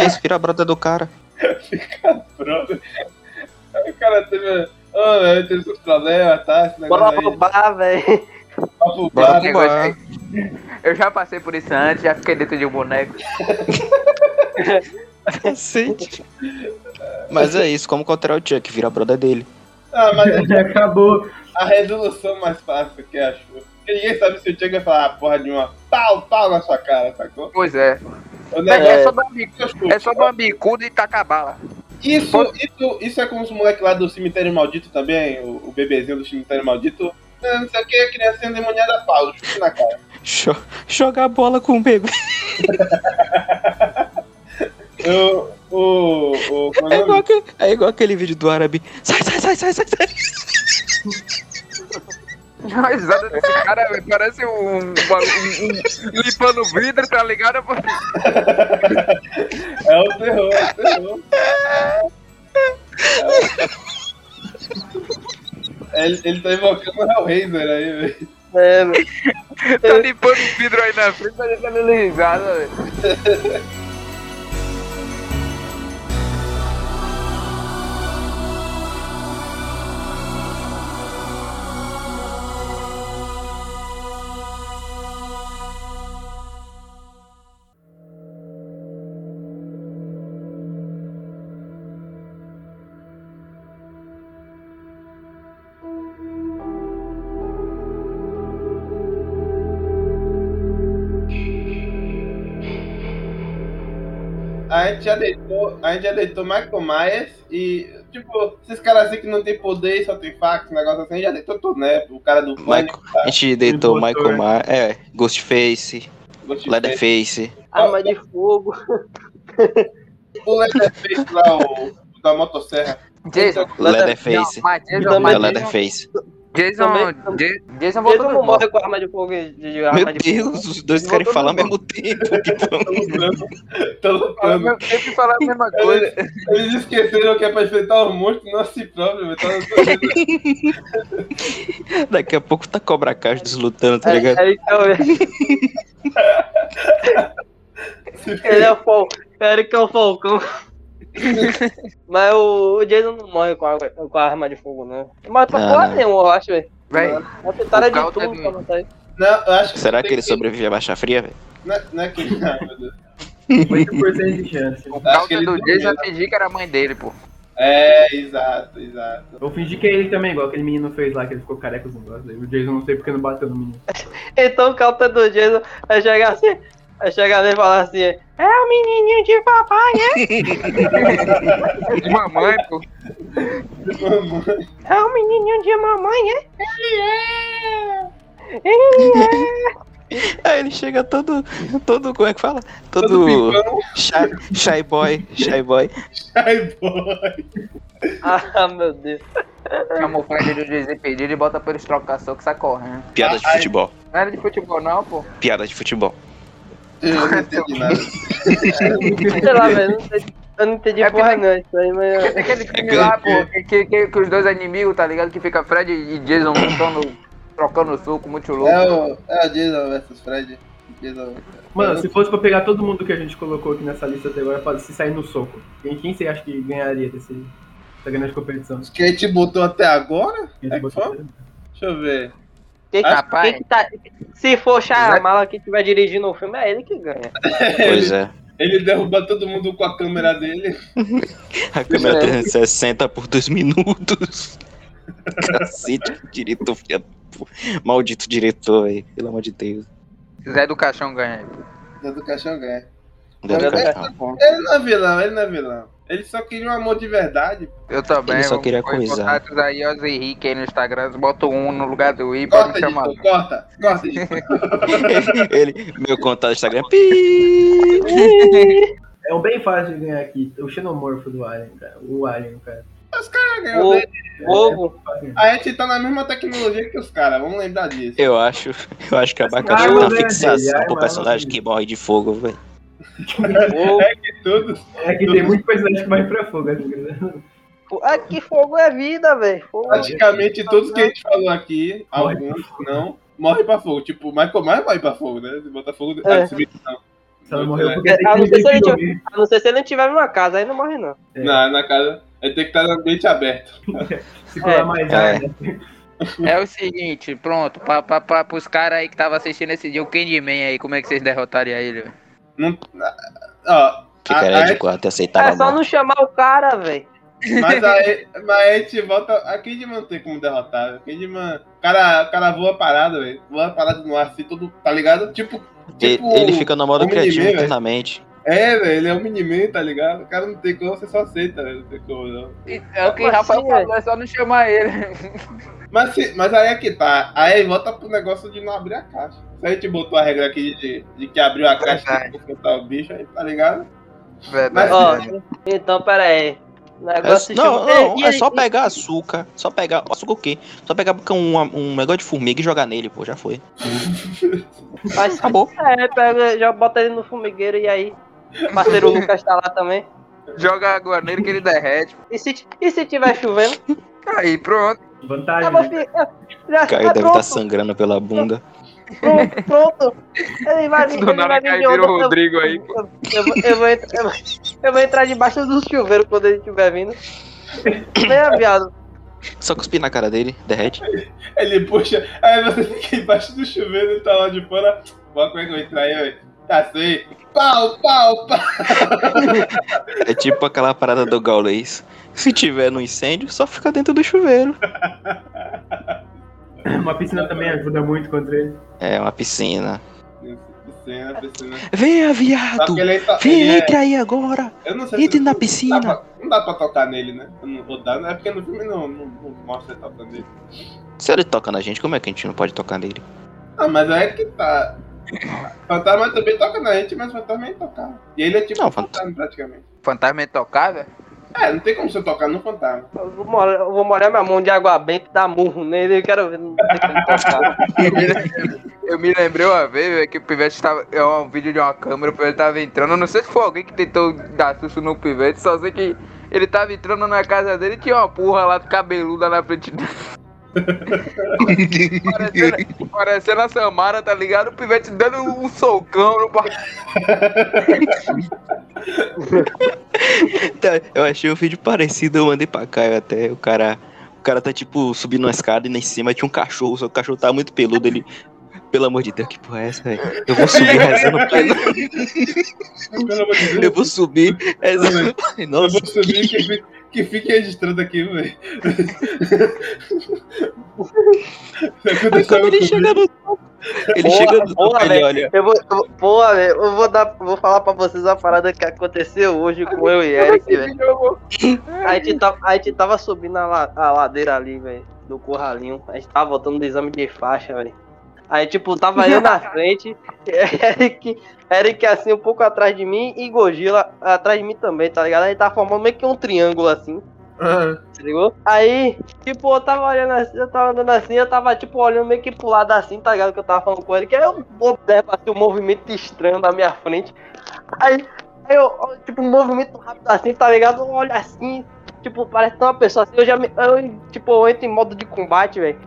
D: isso, vira a brother do cara.
A: Pronto. Aí o cara teve, ah, eu teve seus problemas, tá, esse negócio
C: Bora
A: aí, tá
C: roubar, velho.
A: papo
D: Bora
A: bato.
D: pro
E: negócio
D: bar.
E: Eu já passei por isso antes, já fiquei dentro de um boneco.
D: Cacete. Mas é isso, como alterar o Chuck? Vira a brother dele.
A: Ah, mas
F: Acabou.
A: a resolução mais fácil que acho. Porque Ninguém sabe se o Chuck vai falar ah, porra de uma pau, pau na sua cara, sacou?
E: Pois é.
A: O
E: Véi,
A: negócio
E: é só dar uma bicu-
A: é que eu
E: é só dar uma bicuda e tacar bala.
A: Isso, isso, isso é como os moleques lá do cemitério maldito também, o, o bebezinho do cemitério maldito. Ah, Não, não sei o que, a criança endemoniada Paulo, chute na cara.
D: Jo- Jogar bola com o bebê.
A: Eu, o. o, como
D: É
A: é o
D: igual,
A: nome?
D: aque- é igual aquele vídeo do árabe. Sai, sai, sai, sai, sai, sai.
E: A risada desse cara velho, parece um, um, um- um- limpando o vidro, tá ligado?
A: É o terror, é o terror. É, ele, ele tá invocando o Hellraiser aí, velho.
C: É, velho.
E: Tá limpando o vidro aí na frente, tá dando risada, velho.
A: A gente já deitou, a gente já deitou Michael Myers e. Tipo, esses caras assim que não tem poder e só tem fax, negócio assim, já deitou tudo, né? O cara do
D: Michael, a gente deitou
F: Impostor.
D: Michael Myers. É, Ghostface,
A: Ghost Face.
D: Leatherface.
C: Arma de fogo.
A: O Leatherface lá, o, o da motosserra.
E: Jason.
D: Leatherface.
E: Não, mas Jason,
C: Também-
D: É
E: mas
D: Leatherface.
E: Jason,
C: Também-
E: Ja- Jason
C: Ele
E: voltou
C: não
E: do
C: morre com arma de fogo e de, de arma
D: Meu
C: de fogo.
D: Deus, os dois
E: Ele
D: querem
E: voltou
D: falar ao
E: no
D: mesmo tempo. Que
A: Tô
D: bom.
A: lutando. Tô Tá lutando.
E: Eu sempre falar a mesma coisa.
A: Eles, eles esqueceram que é pra enfrentar os monstros, não a si próprio. velho. Tá lutando.
D: Daqui a pouco tá Cobra Caixa deslutando, tá ligado?
C: É, é, então, velho, ele é o Fal- Ele que é o Falcão. Mas o, o Jason não morre com a, com a arma de fogo, né? Mas pra
D: Não,
C: porra
D: não.
C: nenhuma, eu acho, velho.
E: Véi,
C: É tentada
E: O
C: de
E: Cal
C: tudo
E: deve-
C: pra matar ele.
A: Não, eu acho que
D: Será
A: tem
D: que ele sobrevive à baixa fria, velho?
A: Não, é- não é que ele. Ah, meu Deus.
F: 8% de chance.
E: o
A: Acho que
E: Dalton
A: ele
E: do
A: dormiu.
E: Jason eu fingi que era a mãe dele, pô.
A: É, exato, exato.
F: Vou fingir que é ele também, igual aquele menino fez lá, que ele ficou careca com os negócios. aí. O Jason não sei porque não bateu no menino.
C: Então o Calta do Jason vai chegar assim, vai chegar ali e falar assim, é o menininho de papai,
E: De mamãe, pô.
C: é o menininho de mamãe, é?
D: Aí É, ele chega todo. Todo. Como é que fala?
A: Todo,
D: Todo.
A: pipão,
D: Shy, shy boy. Shy boy.
A: sai boy.
C: Ah, meu Deus.
E: Camuflagem do Jason pedido e bota pra eles trocar soco e sai correndo.
D: Piada de futebol.
E: Não era de futebol, não, pô.
D: Piada de futebol.
A: Eu não entendi nada.
C: Sei lá, velho, eu não entendi- eu não entendi
E: É
C: porra
E: porque-
C: não isso aí, mas...
E: É Aquele filme lá, pô, que, que, que, que os dois inimigos, tá ligado? Que fica Fred e Jason lutando, trocando soco, muito louco.
A: É o, é o Jason versus Fred. Jason.
F: Mano, se fosse pra pegar todo mundo que a gente colocou aqui nessa lista até agora, pra se sair no soco, quem, quem você acha que ganharia desse? da grande competição.
A: Os que a gente botou até agora?
F: Quem
A: É
F: se botou-
A: Deixa eu ver.
C: Quem, que-
E: Rapaz.
C: quem que tá- se for Charamala que estiver dirigindo o filme, é ele que ganha.
D: Pois é.
A: Ele derruba todo mundo com a câmera dele.
D: A câmera
E: é.
D: 360 por dois minutos. Cacete, diretor, filha da pu- Maldito diretor, aí, pelo amor de Deus.
E: Zé do Caixão ganha.
A: Zé do Caixão ganha.
D: Zé do
A: Eu-
D: Caixão.
A: Ele não é vilão, ele não é vilão. Ele só queria um amor de verdade.
E: Eu também.
D: Ele só queria
E: vou- vou
D: coisar.
E: botar esses aí, ó, Zé Henrique aí no Instagram, bota um no lugar do I pra me
A: Corta,
E: chamar.
A: editor, corta, corta, editor.
D: Ele, meu contato do Instagram. é pi.
F: É um bem fácil de ganhar aqui. O xenomorfo do Alien, cara. O Alien, cara.
A: Ah, ganhou
C: O
A: dele.
C: ovo,
A: A gente tá na mesma tecnologia que os caras, vamos lembrar disso.
D: Eu acho, eu acho que a Baca
F: Arma,
D: é uma
F: né, velho?
D: fixação
F: Arma,
D: pro personagem
F: arma.
D: que morre de fogo, velho.
C: ovo.
A: Tudo.
F: É que tem muito personagem que vai pra fogo, assim, né?
C: Ah, que fogo é vida, velho. Fogo é
A: Praticamente todos que a gente falou aqui, alguns não, morrem pra fogo. Tipo, o Michael Myers morre pra fogo, né? Botafogo.
C: É.
A: Ah, se bem que não.
F: Só não morreu porque
C: É,
F: tem
C: a não ser se ele
F: que dormir.
C: A não ser se ele não tiver numa casa, aí não morre, não.
F: É.
A: Na, na casa. Ele tem que estar no ambiente aberto.
F: Segurar
C: É.
F: mais
D: É.
F: ar, né?
E: É o seguinte, pronto, pra, pra, pra, pros caras aí que tava assistindo esse dia, o Candyman aí, como é que vocês derrotariam ele? velho?
A: Não, ó,
D: Que
A: a-
D: cara
A: a
D: de
A: gente-
D: quatro aceitava
C: é só
D: morte.
C: não chamar o cara, velho.
A: mas, aí, mas a gente volta. A Kidman não tem como derrotar. velho. Kidman. O cara, o cara voa parado, velho. Voa parado no ar assim, todo. Tá ligado? Tipo.
D: E-
A: tipo
D: Ele fica no modo
A: Homem de
D: criativo
A: Meia, velho.
D: eternamente.
A: É, velho. Ele é um miniman, tá ligado? O cara não tem como, você só aceita, velho. Não tem como, não.
E: É o que o
C: Como
E: Rafael
C: assim,
E: falou, é só não chamar ele.
A: Mas, se- mas aí é que tá. Aí volta pro negócio de não abrir a caixa. Se a gente botou a regra aqui de, de que abriu a caixa tem que enfrentar o bicho, aí tá ligado? Mas-
C: Ó, então, pera aí. O
D: É-
C: negócio se
D: não,
C: chama-
D: não,
C: E-
D: é
C: e-
D: só
C: e-
D: pegar açúcar. Só pegar. Açúcar o quê? Só pegar um, um negócio de formiga e jogar nele, pô, já foi.
C: Mas,
D: Acabou.
C: é, pega, já bota ele no formigueiro e aí. O parceiro Lucas tá lá também.
E: Joga água nele que ele derrete.
C: E se, ti- e se tiver chovendo?
E: Aí, pronto.
F: Vantagem,
C: Acabou,
F: né?
C: filho. Já,
D: O cara deve tá estar
C: Ah, tá pronto,
D: sangrando pela bunda.
C: pronto, pronto. Ele vai vir.
E: Do
C: Ele vai
E: nada
C: vir
E: cai
C: de
E: vira o
C: onda.
E: Rodrigo aí.
C: Eu, eu, vou- eu, vou entrar, eu, vou- eu vou entrar debaixo do chuveiro quando ele estiver vindo. Venha, viado.
D: Só cuspir na cara dele, derrete.
A: Ele puxa, aí você fica embaixo do chuveiro e tá lá de fora. Ó, como é que eu entrar aí, velho? Tá sei. Pau, pau, pau.
D: É tipo aquela parada do Gaulês. Se tiver no incêndio, só fica dentro do chuveiro.
F: Uma piscina também ajuda muito contra ele.
D: É uma piscina.
A: Piscina, piscina.
D: Venha,
A: Só
D: viado!
A: que ele é só- ele
D: É Vem,
A: é-
D: entra aí agora!
A: Eu não sei se
D: Entre na
A: não dá,
D: piscina!
A: pra, não dá pra tocar nele, né? Eu não vou dar, é porque no filme não, não, não mostra ele tocando nele.
D: Se ele toca na gente, como é que a gente não pode tocar nele?
A: Ah, mas aí é que tá. Fantasma também toca na gente, mas fantasma nem tocar. E ele é tipo
D: Não,
A: um
D: fant-
A: fantasma praticamente.
E: Fantasma intocável?
A: É, não tem como você tocar no fantasma.
C: Eu vou molhar, eu vou molhar minha mão de água benta e dar murro nele. Eu quero ver. Não tem como tocar.
E: Eu me lembrei- Eu me lembrei uma vez velho, que o Pivete tava. É um vídeo de uma câmera, o Pivete tava entrando. Eu não sei se foi alguém que tentou dar susto no Pivete, só sei que ele tava entrando na casa dele e tinha uma porra lá cabeluda na frente dele. parecendo, parecendo a Samara, tá ligado? O Pivete dando um socão no par-
D: Tá, Eu achei um vídeo parecido, eu mandei pra Caio até. O cara, o cara tá tipo subindo uma escada e na cima tinha um cachorro, só que o cachorro tá muito peludo. Ele, pelo amor de Deus, que porra é essa, velho? Eu vou subir rezando pra é ele.
A: Pelo amor de Deus.
D: Eu vou subir rezando.
A: Eu
D: Nossa,
A: vou subir que, fi- que fique registrando aqui, velho. É
D: Aí quando ele chega no topo, ele
C: Boa,
D: chega no topo,
C: boa,
D: ele
C: velho.
D: olha.
C: Eu vou, eu vou- pô, velho, eu vou dar, vou falar pra vocês a parada que aconteceu hoje com eu e Eric, velho. A gente tava, a gente tava subindo a, la- a ladeira ali, velho, do curralinho. A gente tava voltando do exame de faixa, velho. Aí, tipo, tava eu na frente, Eric, Eric assim, um pouco atrás de mim e Gojila atrás de mim também, tá ligado? Aí tava formando meio que um triângulo assim. Se ligou? Aí, tipo, eu tava olhando assim, eu tava andando assim, eu tava, tipo, olhando meio que pro lado assim, tá ligado? Que eu tava falando com ele, que aí eu observo assim, um movimento estranho na minha frente. Aí, aí eu, ó, tipo, um movimento rápido assim, tá ligado? Eu olho assim, tipo, parece uma pessoa assim, eu já me. Eu, tipo, eu entro em modo de combate, velho.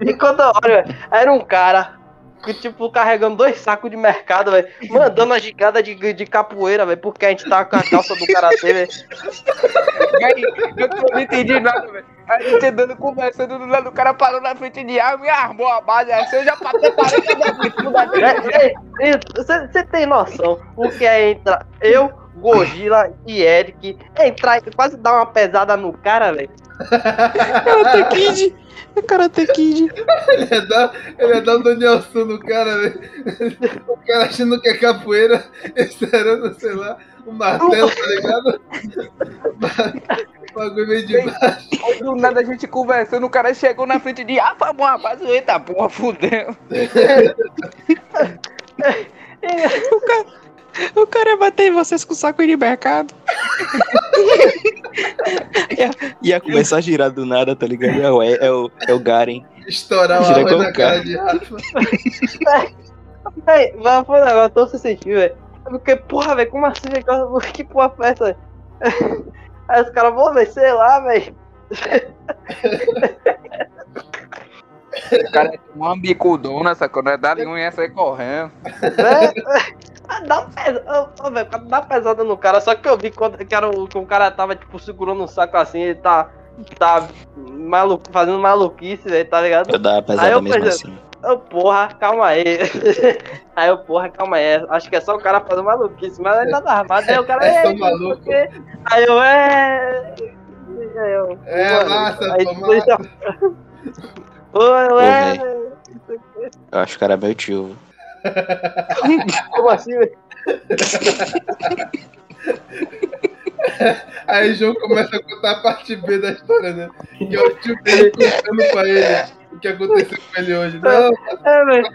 C: e quando eu olho, velho, era um cara. que, tipo, carregando dois sacos de mercado, velho. Mandando a gigada de, de capoeira, velho, porque a gente tá com a calça do karatê, velho.
E: Véi, eu não entendi nada, velho. A gente andando, conversando do lado, o cara parou na frente de arma e armou a base. Aí você já bateu 40 metros em cima da
C: É, Você tem noção o que é entrar eu, Gojira e Eric, entrar e quase dar uma pesada no cara, velho?
B: Karate Kid! É Karate Kid!
A: Ele é dar ele é dar um Daniel Sun no cara, velho. O cara achando que é capoeira, esperando, sei lá, um martelo, tá ligado? O bagulho meio de baixo.
E: Aí do nada a gente conversando, o cara chegou na frente de ah, vamos uma base, eu, eita porra, fudeu.
B: O cara bateu em vocês com saco de mercado.
D: Ia começar a girar do nada, tá ligado? É o, é o, é o Garen.
A: Estourar uma
D: Gira
A: arma
D: com
A: na
D: o
A: cara
D: cara.
A: de Rafa.
C: Véi, mas foi um negócio tão se sentir, velho. Porque, porra, velho, como assim, velho? Que porra foi essa? Aí os caras vão, velho, sei lá, velho.
E: O cara tomou uma bicudona, sacou? Não é dar nenhum ia sair correndo.
C: Né? Ah, Dá uma pesada, ô, ô, velho, dá uma pesada no cara, só que eu vi quando, que, era o, que o cara tava, tipo, segurando um saco assim, ele tá, tá malu, fazendo maluquice, velho, tá ligado?
D: Eu dava
C: Aí eu
D: pesada mesmo
C: pensei-
D: assim.
C: Ô, porra, calma aí. aí eu, porra, calma aí, acho que é só o cara fazendo maluquice, mas ele tava armado, aí o cara...
A: É só
C: "Ei, não sei o
A: maluco."
C: quê. Aí eu, é... Aí eu,
A: É,
C: Mano,
A: massa,
C: aí
A: pô,
C: depois
A: massa.
C: tá- Ô, é,
D: Eu acho que era meu tio.
C: como assim, velho?
A: Aí o João começa a contar a parte B da história, né? Que é o tio dele contando pra ele o que aconteceu com ele hoje. Não,
C: É, velho.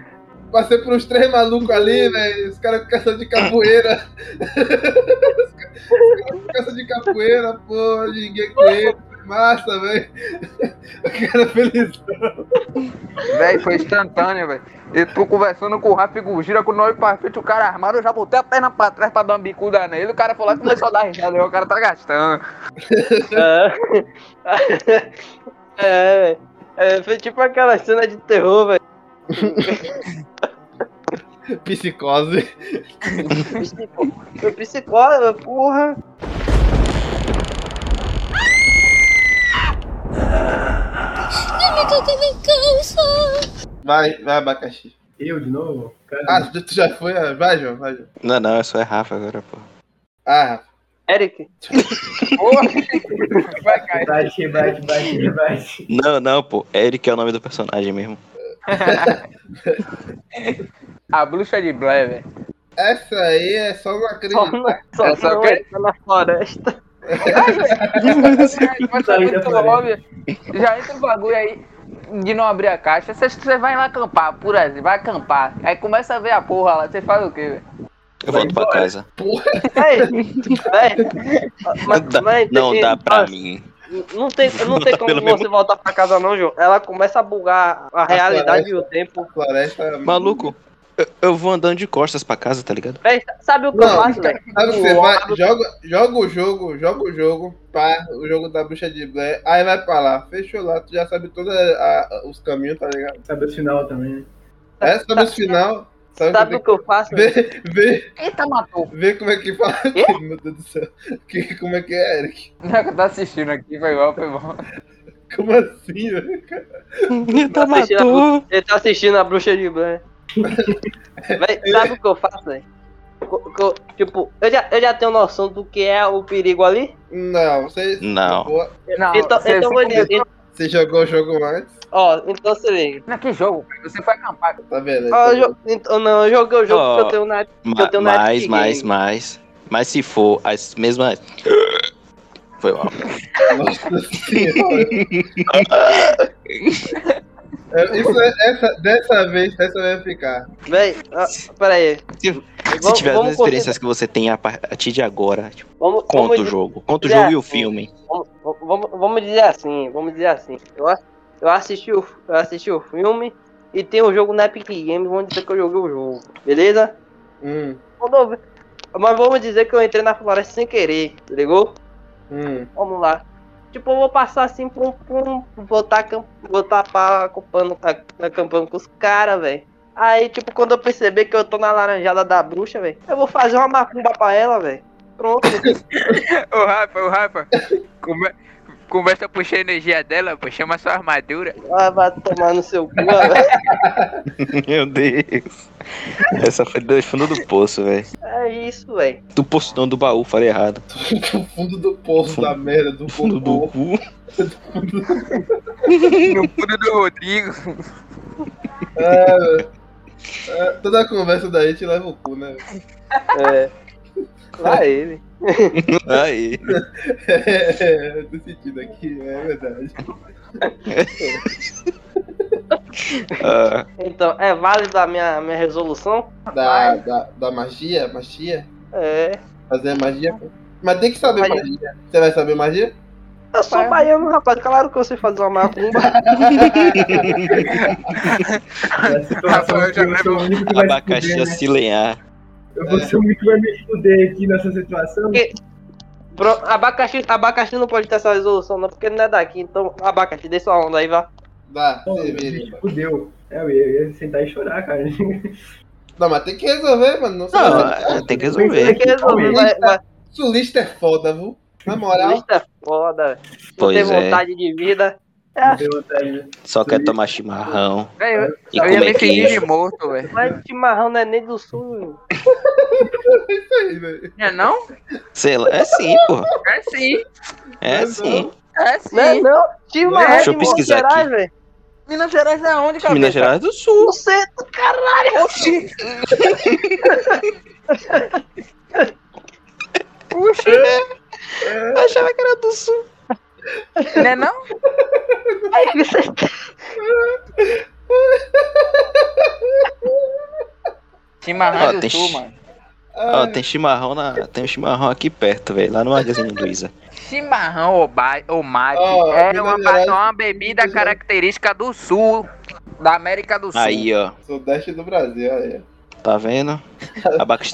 A: passei por uns três malucos ali, velho. Os caras com caça de capoeira. Os caras com caça de capoeira, pô, ninguém com ele. Massa, velho. O cara felizão.
E: Véi, foi instantâneo, velho. E tu conversando com o Rafa e com o Gira, com o nome pra frente, o cara armado, eu já botei a perna pra trás pra dar uma bicuda nele. O cara falou "Ah, lá e começou a dar risada, o cara tá gastando.
C: É, é, velho. É, foi tipo aquela cena de terror, velho.
A: Psicose.
C: Psicó- Foi psicólogo, porra.
A: Vai, vai, abacaxi.
F: Eu de novo? Cara,
A: Ah, tu já foi? Ah, Vai, João, vai, João.
D: Não, não, eu só é Rafa agora, pô.
A: Ah, Rafa.
C: Eric.
E: Vai, cara.
F: bate, bate, bate, bate.
D: Não, não, pô. Eric é o nome do personagem mesmo.
E: A bruxa de Blair, velho.
A: Essa aí é só uma
C: Só,
A: crise.
C: na- só
E: Essa
C: não é, tá
E: que-
C: entra na floresta.
E: Mas tá muito óbvio. Já entra o bagulho aí de não abrir a caixa. Você vai lá acampar, por exemplo, vai acampar. Aí começa a ver a porra lá, você faz o quê, velho?
D: Eu volto pra casa.
C: Ei, velho. Mas,
D: Não dá-
C: mas tem
D: não
C: que-
D: dá pra mim. Tá
C: Não tem, não tem como
D: pelo mesmo-
C: você voltar pra casa, não, João. Ela começa a bugar a realidade
A: é.
C: e o tempo.
A: Floresta.
D: Maluco, eu, eu vou andando de costas pra casa, tá ligado?
C: Véi, sabe o que eu
A: Não,
C: faço, velho?
A: Sabe o que você vai? Joga, joga o jogo, joga o jogo, pá, o jogo da bruxa de Blair, aí vai pra lá, fechou lá, tu já sabe todos eh, os caminhos, tá ligado?
F: Sabe o final também, né?
A: É, sabe os final, sabe,
C: Sabe o que eu faço?
A: Vê, vê,
E: Eita, matou.
A: vê como é que fala. Meu Deus do céu. Que, como é que é, Eric?
E: Não, que eu tô assistindo aqui, foi bom, foi bom.
A: Como assim, velho?
B: Tá
C: assistindo a
B: matou.
C: Ele tá assistindo a bruxa de Blair. Véi, sabe o que eu faço, velho? Co- co- Tipo, eu já, eu já tenho noção do que é o perigo ali.
A: Não, você.
D: Não.
A: Boa,
E: Não,
C: então,
E: Ah, você-
C: então, vou dizer, en-
A: Você jogou o jogo antes?
C: ó, então se liga.
E: Não, que jogo, cara? você foi acampar.
A: Tá vendo? aí,
C: Ó,
A: tá
C: eu jo- então, não, eu joguei o jogo
D: Ó.
C: que eu tenho na época.
D: Ma-
C: tenho na
D: mais,
C: Epic
D: mais,
C: Game.
D: mais. Mas se for as mesmas. Foi mal.
A: vendo? Nossa senhora. É, Isso é, essa, dessa vez, dessa vai ficar.
C: Véi, ó, peraí.
D: Se, se
C: Vamos-
D: tiver as
C: vamos
D: experiências que você tem a par- a partir de agora, tipo,
C: Vamos,
D: conta o
C: vamos-
D: jogo. Conta o
C: Zé,
D: jogo e o filme.
C: Vamos, vamos, vamos dizer assim, vamos dizer assim. Eu, a- eu, assisti o, eu assisti o filme e tem o jogo na Epic Games, vamos dizer que eu joguei o jogo, beleza?
A: Hum,
C: Quando eu ve- Mas vamos dizer que eu entrei na floresta sem querer, tá ligou?
A: hum.
C: Vamos lá. Tipo, eu vou passar assim por um. Por um vou tá acamp- vou tá pá acampando, ac- acampando com os caras, velho. Aí, tipo, quando eu perceber que eu tô na laranjada da bruxa, velho, eu vou fazer uma macumba pra ela, velho. Pronto.
E: Ô Rafa, ô Rafa, come- começa a puxar a energia dela, pô, chama sua armadura.
C: Ela vai tomar no seu cu, velho.
D: Meu Deus. Essa foi do fundo do poço, velho.
C: É isso, velho.
D: Do poço não, do baú, falei errado.
A: Do fundo do poço da merda, do
D: Fundo
A: fundo
D: do cu.
E: No fundo do Rodrigo.
A: Toda conversa da gente leva o cu, né?
C: É. Lá ele.
D: Aí.
A: É, do sentido aqui, é verdade.
D: Ah,
C: Então, é válido a minha, minha resolução?
A: Da, da, da magia, magia,
C: É.
A: fazer magia. Mas tem que saber
C: Magia.
A: magia. Você vai saber magia?
C: Eu sou baiano, rapaz. Claro que eu sei fazer uma macumba.
F: Essa situação
E: Rafael
F: que eu sou o único que vai se
D: abacaxi a
F: fuder, né?
D: se lenhar.
F: Eu vou ser o único que vai me fuder aqui nessa situação.
C: Pro- abacaxi, abacaxi não pode ter essa resolução, não, porque ele não é daqui. Então, abacaxi, deixa sua onda aí, vá.
A: Dá,
F: Pô,
A: você
F: me
A: vira.
F: fudeu. É, eu ia, eu ia sentar e chorar, cara.
A: Não, mas tem que resolver, mano. Não, sei lá.
D: Não, Ah, é- tem que
C: Tem
D: resolver.
C: que resolver, vai. vai.
A: Sulista é foda, viu? Na moral,
C: Lista é foda. velho. Se
D: Pois
C: tem
D: é.
C: vontade de vida.
F: Não tenho vontade, né?
D: Só quer tomar chimarrão e
E: Eu,
C: é
E: eu ia
D: comer
E: me fingir
D: queijo.
E: de morto, velho.
C: Mas chimarrão não é nem do sul.
A: isso aí, velho.
E: Não é não?
D: Sei lá, é sim, pô.
E: É sim,
D: É sim.
E: é
C: Não é
E: sim.
C: não. Chimarrão é
E: Deixa eu
C: de Minas
D: pesquisar
C: Gerais,
D: aqui.
C: velho.
E: Minas Gerais é onde, cabeça?
D: Minas Gerais do Sul.
C: No centro, caralho.
E: Oxi! Puxa!
D: Achava que era do Sul.
E: Não é não?
C: Aí você
D: Ó,
E: Chimarrão do
D: tem
E: Sul,
D: chi-
E: mano.
D: Ó,
A: Ai,
D: tem chimarrão na. Tem um chimarrão aqui perto, velho. Lá no Magazine Luiza.
E: Chimarrão ou, ba... ou mate
A: Ó,
E: é
A: Minas
E: uma, ba-
A: Gerais-
E: uma bebida
A: Minas Gerais.
E: característica do Sul, da América do Sul.
D: Aí, ó.
A: Sudeste do Brasil, aí.
D: Tá vendo? Abacaxi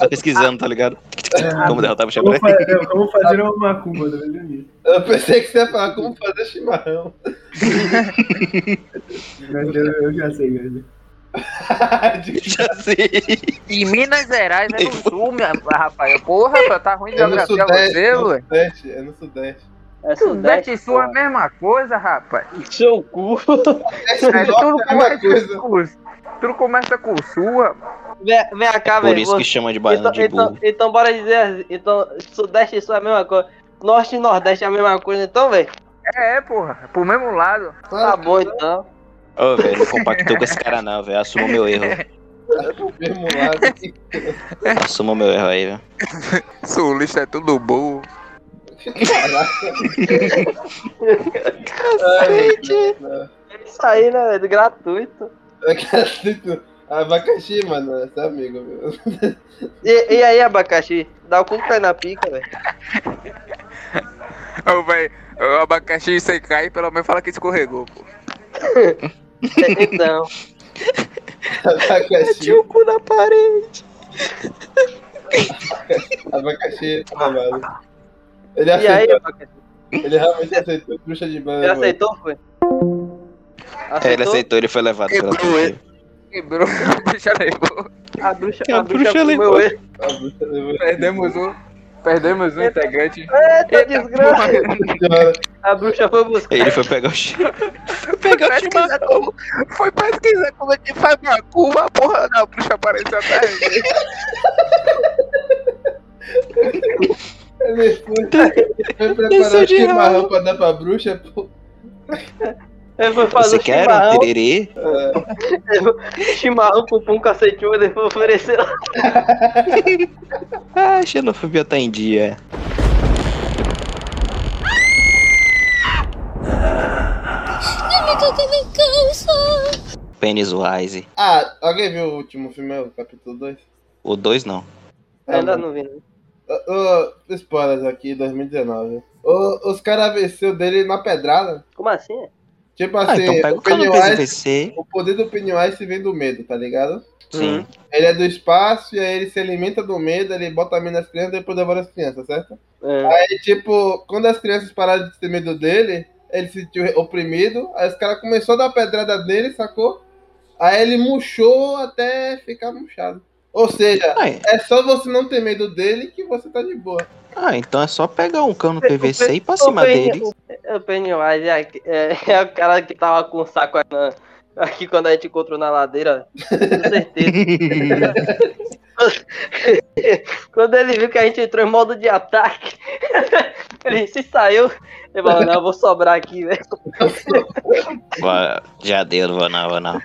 D: tá pesquisando, tá ligado?
C: É.
D: Como derrotar o
F: Como,
D: chapéu.
F: fa não, como fazer uma macumba do né? mesmo nível.
A: Eu pensei que você ia falar como fazer chimarrão.
F: Mas eu, eu já sei, velho.
D: Já sei.
E: E Minas Gerais é no Sul, minha... Rafael. Porra, Rafael, tá ruim de
A: É no
E: geografia
A: Sudeste,
E: você,
A: é no
E: ué.
A: Sudeste, é no Sudeste.
C: é
E: Sudeste e
C: sudeste,
E: Sul é a mesma coisa, rapaz.
C: Seu cu.
A: Sudeste
E: É,
A: e Norte é
E: tudo,
A: a mesma
E: começa
A: coisa.
E: com, tudo começa com o Sul, rapaz.
C: Vem vem cá,
D: Por
C: velho.
D: isso que chama de baiano
C: então,
D: de
C: então,
D: burro.
C: então bora dizer assim, então Sudeste e Sul é a mesma coisa, Norte e Nordeste é a mesma coisa, então, velho.
E: É, é, porra. Pro mesmo lado.
C: Tá
A: Claro,
C: bom, então.
D: Ô, velho, não compactou com esse cara não, velho. Assuma o meu erro.
A: É do mesmo lado.
D: Assuma o meu erro aí, velho.
E: Sulista é tudo burro.
A: Caraca. Ai,
C: É Isso aí, né, velho? Gratuito.
A: Cacete. Abacaxi, mano, é seu amigo meu.
C: E, e aí, abacaxi? Dá o cu que tá na pica, velho.
E: Ô, véi, o abacaxi sem cair, pelo menos fala que escorregou, pô.
C: É, Então.
A: Abacaxi,
D: o cu na parede.
A: abacaxi, é malvado. Ele
C: E aí,
A: aceitou,
C: abacaxi?
A: ele realmente aceitou bruxa de banho.
C: Ele aceitou, foi?
D: É, ele aceitou, ele foi levado pela
E: Quebrou ele.
D: torcida.
E: Quebrou, deixa levou.
C: A bruxa,
D: A
C: a bruxa,
D: bruxa
C: comeu
D: levou.
C: ele.
A: A bruxa levou
E: Perdemos um. Perdemos um integrante.
C: Eita, desgraça.
E: porra.
A: a senhora.
C: A bruxa foi buscar.
D: Ele foi pegar o chi- Foi pegar o
E: Foi pesquisar
D: chimarrão.
E: como, foi pesquisar como é que faz uma curva, a porra da bruxa apareceu atrás dele.
A: Ele foi, foi preparar
D: Desceu
A: o
D: de
A: chimarrão pra dar pra bruxa, pô.
C: Ele foi fazer
D: Você
C: um
D: quer um
C: chimarrão.
D: tererê?
A: É.
C: Chimarrão com pão cacetinho, ele foi oferecer.
D: Ah, xenofobia tá em dia. Pênis Wise.
A: Ah, alguém viu o último filme, o capítulo 2?
D: O dois não.
C: Ainda não vi, né?
A: Ô, ô, spoilers aqui, 2019. Ô, os caras venceu dele na pedrada.
C: Como assim?
A: Tipo
D: Ah,
A: assim,
D: então pega
A: o,
D: o cara não precisa
A: Pennywise,
D: vencer.
A: o poder do Pennywise vem do medo, tá ligado?
C: Hum.
D: Sim.
A: Ele é do espaço e aí ele se alimenta do medo, ele bota a mina nas crianças e depois devora as crianças, certo?
C: É.
A: E tipo, quando as crianças pararam de ter medo dele, ele se sentiu oprimido, aí os caras começaram a dar pedrada nele, sacou? Aí ele murchou até ficar murchado. Ou seja,
D: Ah, é.
A: é só você não ter medo dele que você tá de boa.
D: Ah, então é só pegar um cano
C: O Pe-
D: PVC e ir pra
C: o
D: cima
C: Pe-
D: dele.
C: O Pennywise é, aqu- é- é o cara que tava com o saco aqui, na- aqui quando a gente encontrou na ladeira. Com certeza. quando ele viu que a gente entrou em modo de ataque, ele se saiu. Ele falou, não, eu vou sobrar aqui, velho.
D: Ué, Já deu, não vou não, vou não.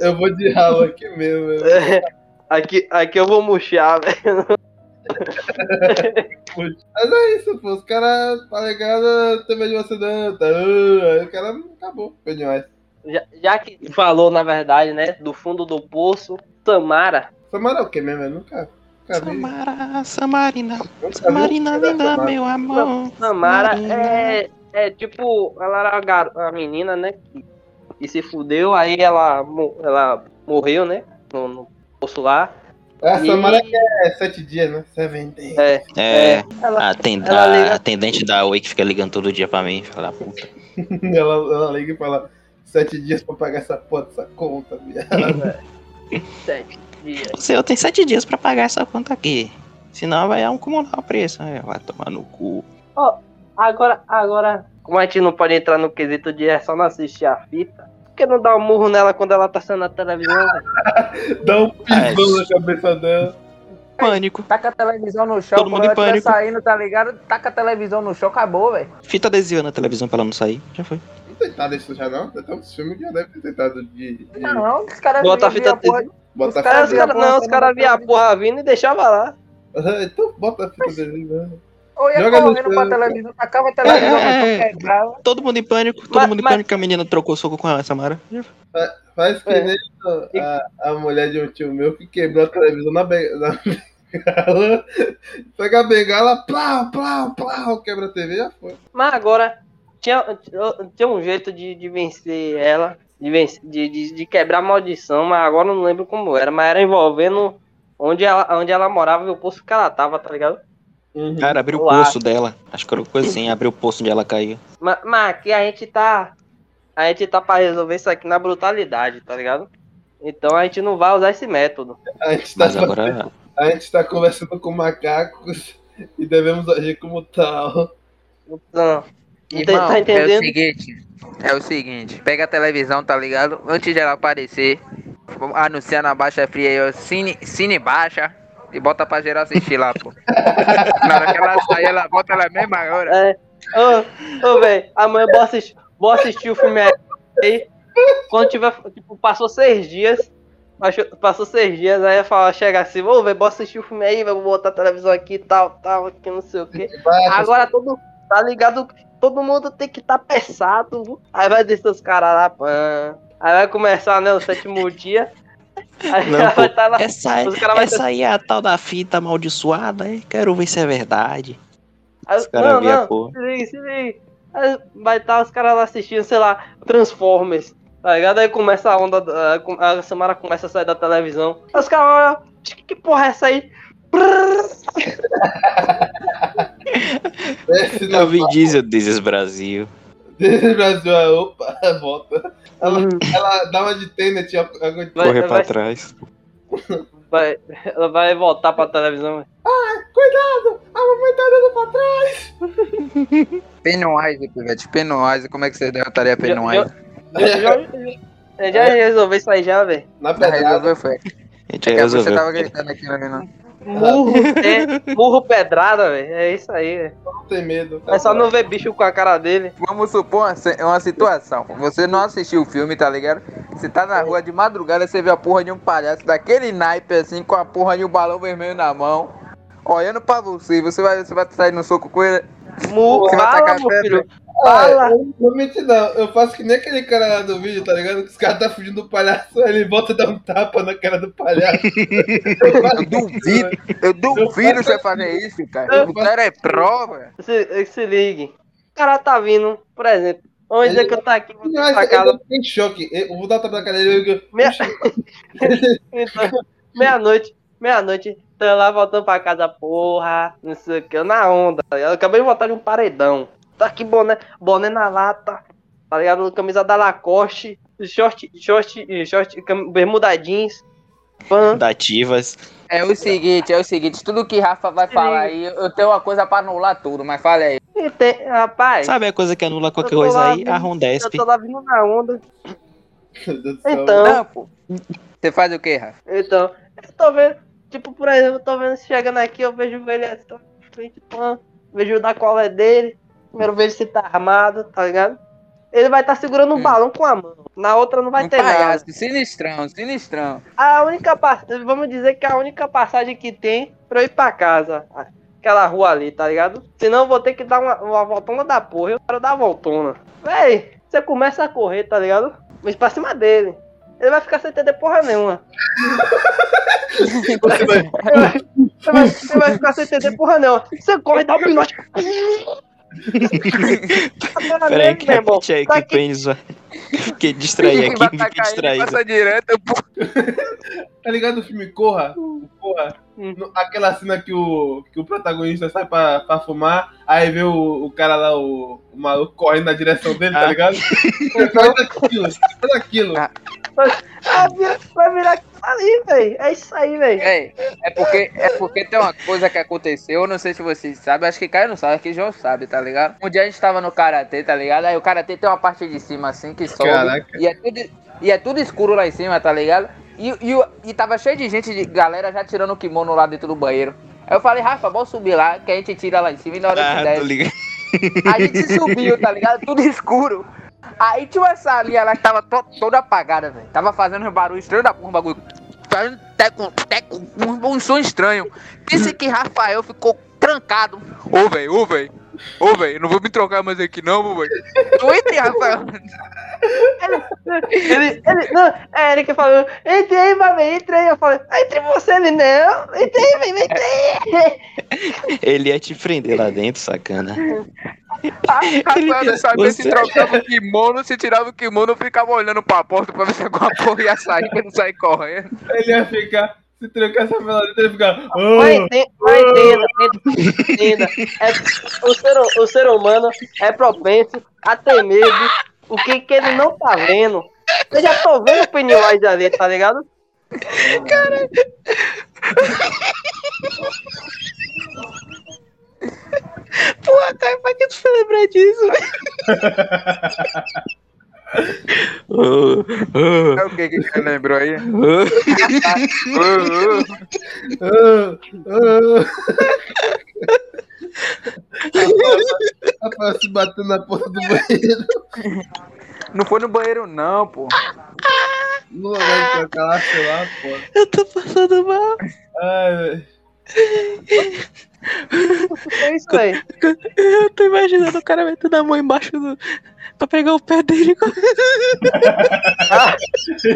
A: Eu vou de ralo aqui mesmo. meu.
C: Aqui, aqui eu vou murchar, velho.
A: Mas é isso, pô. Os caras, tá ligado? Tem medo de você não. Tá, aí o cara acabou. Foi demais.
C: Já, já que falou, na verdade, né, do fundo do poço, Tamara.
A: Samara é o quê mesmo? Eu nunca, nunca vi.
D: Samara, Samarina,
A: Nunca vi
D: Samarina
A: um filme da
D: linda,
A: Samara.
D: meu amor.
C: Tamara é, é tipo, ela era uma, garo- uma menina, né, que, que se fudeu, aí ela, mo- ela morreu, né, no, no poço lá.
A: Ah,
C: E-
A: Samara é sete dias, né? Seven days.
C: É.
D: É,
C: Ela,
D: a, atend-
C: ela
D: a
C: liga-
D: atendente da Wake fica ligando todo dia pra mim. Fala, puta.
A: Ela, ela liga e fala: sete dias pra pagar essa porra dessa conta, viado.
C: sete dias.
D: Você, eu tenho sete dias pra pagar essa conta aqui. Senão vai acumular o preço. né? Vai tomar no cu.
C: Agora, agora, como a gente não pode entrar no quesito de é só não assistir a fita, por que não dar um murro nela quando ela tá saindo na televisão?
A: Ah,
C: velho?
A: Dá um
D: Ai,
A: pisão na cabeça dela.
D: Pânico.
E: Taca a televisão no chão,
D: Todo mundo
E: quando
D: em
E: ela
D: pânico.
E: estiver saindo, tá ligado? Taca a televisão no chão, acabou, velho.
D: Fita adesiva na televisão pra ela não sair. Já foi.
A: Não tentaram isso já, não? Tem até uns filmes que já devem ter tentado de, de
E: Não, não, os caras
C: Bota a
E: viam
C: fita
E: a porra-
A: botar
E: os caras-
C: Os
A: fita.
C: cara- não, os caras viam a porra vindo e deixavam lá.
A: Ah, Então bota a fita dele, né?
E: Ou ia
A: Joga no
E: correndo pra
A: chão.
E: televisão, tacava a televisão,
D: É,
E: mas quebrava.
D: Todo mundo em pânico. Todo
C: Mas-
D: mundo em
C: mas-
D: pânico. que A menina trocou soco com a Samara.
A: Faz que
C: É.
A: nem a, a mulher de um tio meu que quebrou a televisão na, be- na bengala. Pega a bengala, plau, plau, plau, quebra a TV já foi.
C: Mas agora, tinha, tinha um jeito de, de vencer ela, de, vencer, de, de, de quebrar a maldição, mas agora eu não lembro como era, mas era envolvendo onde ela, onde ela morava e o poço que ela tava, tá ligado?
D: Cara, abriu o
C: Olá.
D: poço dela. Acho que era uma coisa assim. Abriu o poço onde ela caiu.
C: Mas, mas aqui a gente tá. A gente tá pra resolver isso aqui na brutalidade, tá ligado? Então a gente não vai usar esse método.
A: A gente tá
D: Mas agora.
A: A gente tá conversando com macacos e devemos agir como tal.
C: Não. Não tem-
E: Irmão,
C: tá
E: É o
C: entendendo?
E: seguinte, é o seguinte, pega a televisão, tá ligado? Antes de ela aparecer, anuncia na baixa fria aí, ó, cine, cine baixa, e bota pra geral assistir lá, pô. na hora que ela sair, ela bota na mesma hora.
C: É. Ô, ô, velho, amanhã bora assistir, bora assistir o filme aí. Quando tiver. Tipo, passou seis dias. achou- Passou seis dias, aí eu falo, chega assim, ô, velho, bora assistir o filme aí, véi, vou botar a televisão aqui tal, tal, aqui, não sei o quê.
A: Baixa,
C: Agora todo tá ligado, todo mundo tem que estar tá pesado. viu? Aí vai descer os caras lá, pã. Aí vai começar, né, o sétimo dia. Aí
D: Não,
C: ela
D: pô,
C: vai estar lá.
D: Essa,
C: Os caras vai tá,
D: essa aí é a tal da fita amaldiçoada. hein? Quero ver se é verdade.
C: Aí-
D: Os caras
C: não,
D: viam a
C: não,
D: porra.
C: se liga, se liga. Aí vai estar os caras lá assistindo, sei lá, Transformers. Tá ligado? Aí começa a onda, da- a- a Samara começa a sair da televisão. Aí os caras olham, que porra é essa aí? Brrr.
A: desce na
D: Eu vi diesel, Dizes Brasil.
A: Desce, Brasil. ah, Opa, volta. Ela,
C: Uhum.
A: ela dá uma de Tenet. ó, ó,
C: Vai-
D: Correr pra
C: vai-
D: trás.
C: vai- Ela vai voltar pra televisão.
E: Pennywise, pivete, Pennywise, como é que você derrotaria Pennywise?
C: Já, já,
A: É.
C: já resolveu isso aí já, velho.
A: Na
E: Já
A: pedrada.
E: resolveu, foi.
D: A gente
E: É que você
D: resolveu.
E: tava gritando aqui, né, não
C: Murro, é, murro pedrada, velho. É isso aí, velho.
A: Não tem medo. tá
C: É só não ver bicho com a cara dele.
E: Vamos supor uma ce- uma situação. Você não assistiu o filme, tá ligado? Você tá na rua de madrugada, você vê a porra de um palhaço daquele naipe assim, com a porra de um balão vermelho na mão, olhando pra você. Você vai, você vai sair no soco com ele.
C: Murro,
A: tá
E: Você vai
C: fala,
E: tacar
C: meu
E: pedra?
C: filho.
A: Ah,
C: Fala.
A: eu Não menti, não. Eu faço que nem aquele cara lá do vídeo, tá ligado? Que os caras tá fugindo do palhaço. aí Ele volta e dá um tapa na cara do palhaço. Eu faço
E: Eu duvido, eu duvido você fazer isso, cara. O cara é prova.
C: Se, se ligue. O cara tá vindo, por exemplo. Vamos dizer é que eu tô aqui, vou
A: Não, é esse-
C: pra casa.
A: ele tem choque. Eu vou dar o tapa na cara dele. eu-
C: Meia- Então, meia-noite, meia-noite. Tô lá voltando pra casa, porra, não sei Tá o que, eu na onda. Eu acabei de voltar de um paredão. Tá aqui boné, boné na lata. tá ligado? Camisa da Lacoste, short, short, short, cam- bermuda jeans, pan.
D: Dativas.
E: É o seguinte, é o seguinte, tudo que Rafa vai falar aí, eu tenho uma coisa pra anular tudo, mas fala aí.
C: E tem- rapaz,
D: Sabe a coisa que anula qualquer
C: Eu tô
D: coisa
C: lá,
D: aí? um A
C: eu
D: Rondesp.
C: tô lá vindo na onda.
A: Meu Deus do céu.
C: Então,
E: Não, pô. Você faz o quê, Rafa?
C: Então, eu tô vendo, tipo, por exemplo, eu tô vendo chegando aqui, eu vejo ele assim, tô na frente, pã, vejo da cola é dele, primeiro vejo se tá armado, tá ligado? Ele vai estar segurando um
E: Hum.
C: balão com a mão, na outra não vai
E: um
C: ter nada.
E: palhaço, sinistrão, sinistrão.
C: A única passagem, vamos dizer que a única passagem que tem pra eu ir pra casa, aquela rua ali, tá ligado? Senão eu vou ter que dar uma, uma voltona da porra, eu quero dar a voltona. Véi, você começa a correr, tá ligado? Mas pra cima dele. Ele vai ficar sem entender porra nenhuma.
A: Você vai-
C: Você vai, você vai ficar sem entender porra, não. Você corre, dá um pinote.
D: Peraí, que
C: Tá meu
D: é
C: irmão.
D: repete aí
C: Tá
D: que
C: aqui.
D: pênis vai. Fiquei distraído aqui,
E: Vai
D: fiquei
E: tacar ele,
D: distraído.
E: passa direto, pô.
A: Tá ligado o filme Corra? O Corra.
C: Hum.
A: No- Aquela cena que o, que o protagonista sai pra, pra fumar, aí vê o, o cara lá, o, o maluco, correndo na direção dele, tá
D: Ah.
A: ligado? Faz aquilo, faz aquilo.
C: Ah, vira- Vai virar aquilo ali, velho. É isso aí, velho.
E: Ei, é porque, é porque tem uma coisa que aconteceu, eu não sei se vocês sabem, acho que Caio não sabe, acho que João sabe, tá ligado? Um dia a gente tava no Karatê, tá ligado? Aí o Karatê tem uma parte de cima assim que sobe,
A: Caraca.
E: e é tudo, e é tudo escuro lá em cima, tá ligado? E, e, o- e tava cheio de gente, de galera já tirando o kimono lá dentro do banheiro. Aí eu falei, Rafa, bora subir lá, que a gente tira lá em cima e na hora que
D: Ah,
E: desce.
D: tô ligado.
E: A gente subiu, tá ligado? Tudo escuro. Aí tinha uma salinha lá que tava to- toda apagada, velho. Tava fazendo uns barulhos estranhos da porra, um bagulho. Fazendo teco, teco, um, um som estranho. Pensa que Rafael ficou trancado. Ô, velho, ô, velho. Ô, velho, não vou me trocar mais aqui não, velho. Não entre, Rafael.
C: Ele, ele, não, é ele que falou, entre aí, mamãe, entre aí. Eu falei, "Ah, entre você, ele não. Entre aí, vem, vem, entre aí.
D: Ele ia te prender lá dentro, sacana.
E: Rafael não sabia se
D: Você-
E: trocava o kimono, se tirava o kimono, eu ficava olhando pra porta pra ver se alguma porra ia sair, pra não sair correndo.
A: Ele ia ficar, se trancar essa peladita, ele ia ficar.
C: Mas
A: "Ah,
C: entenda, mas entenda, entenda. entenda. É, o, ser, hu- o ser humano é propenso a ter medo. O que, que ele não tá vendo. Eu já tô vendo o Pennywise ali, tá ligado?
D: Porra, Caio, pra que tu foi lembrar disso,
E: É
D: velho?
E: É o que que você lembrou aí?
A: ah, ah." Rafael se batendo na porta do banheiro.
E: Não foi no banheiro, não, pô.
A: Não vai trocar lá, sei lá, pô.
D: Eu tô passando mal.
A: Ai, velho.
C: É isso aí.
D: Eu tô imaginando o cara metendo a mão embaixo do. pra pegar o pé dele.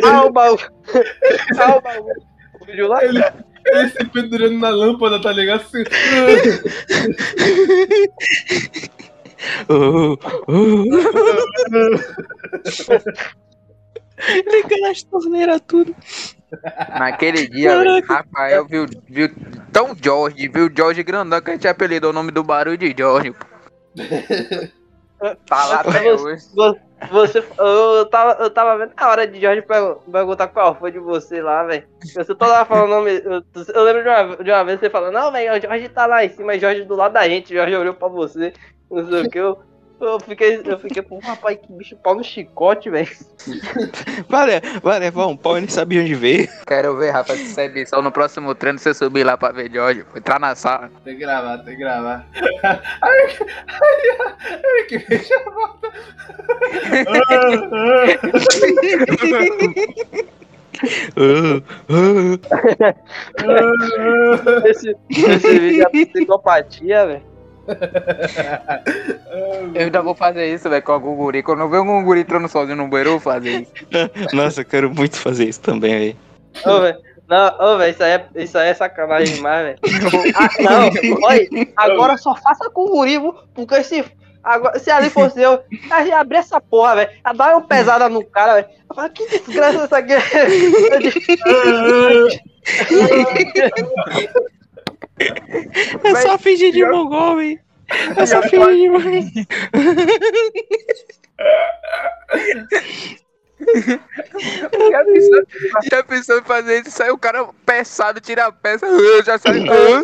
C: Ah, o baú. Ah, o baú. O vídeo lá?
A: Ele, ele se pendurando na lâmpada, tá ligado? Assim,
D: Oh, Ligando as torneiras tudo.
E: Naquele dia, velho, Rafael viu, viu tão Jorge, viu Jorge grandão que a gente apelidou o nome do barulho de Jorge, pô. Tá lá até hoje.
C: Você, eu, tava, eu tava vendo a hora de Jorge pergu- perguntar qual foi de você lá, velho. Você toda hora falando o nome. Eu, eu lembro de uma, de uma vez você falando, não, velho, o Jorge tá lá em cima, e Jorge do lado da gente, Jorge olhou pra você, não sei o que. Eu, eu fiquei, eu fiquei, pô, rapaz, que bicho pau no chicote, velho.
D: Vai, le- vai levar um pau e nem sabia onde veio.
E: Quero ver, Rafa, se você é missão no próximo treino, você subir lá pra ver Jorge, pô. Entrar na sala.
A: Tem que gravar, tem que gravar. Ai, que- ai, ai, que fecha a porta. Ah,
D: Oh, oh.
A: ah, ah.
C: Esse, esse vídeo é psicopatia, velho.
E: Eu ainda vou fazer isso, velho, com algum guri. Quando eu ver algum guri entrando sozinho no banheiro, eu vou fazer isso.
D: Nossa, eu quero muito fazer isso também, velho.
C: Ô, velho. Não, ô, velho, isso, aí é, isso aí é sacanagem demais, velho. Ah, não, olha, agora só faça com o Gurivo, porque se, agora, se ali fosse eu, aí ia abrir essa porra, velho. ia dar uma pesada no cara, velho. Eu falo, que desgraça isso aqui.
D: É só fingir de mongol, velho. É só fingir de mongol.
E: Já pensou, já pensou em fazer isso? Sai o cara peçado, tira a peça. ah, Já sai. ah,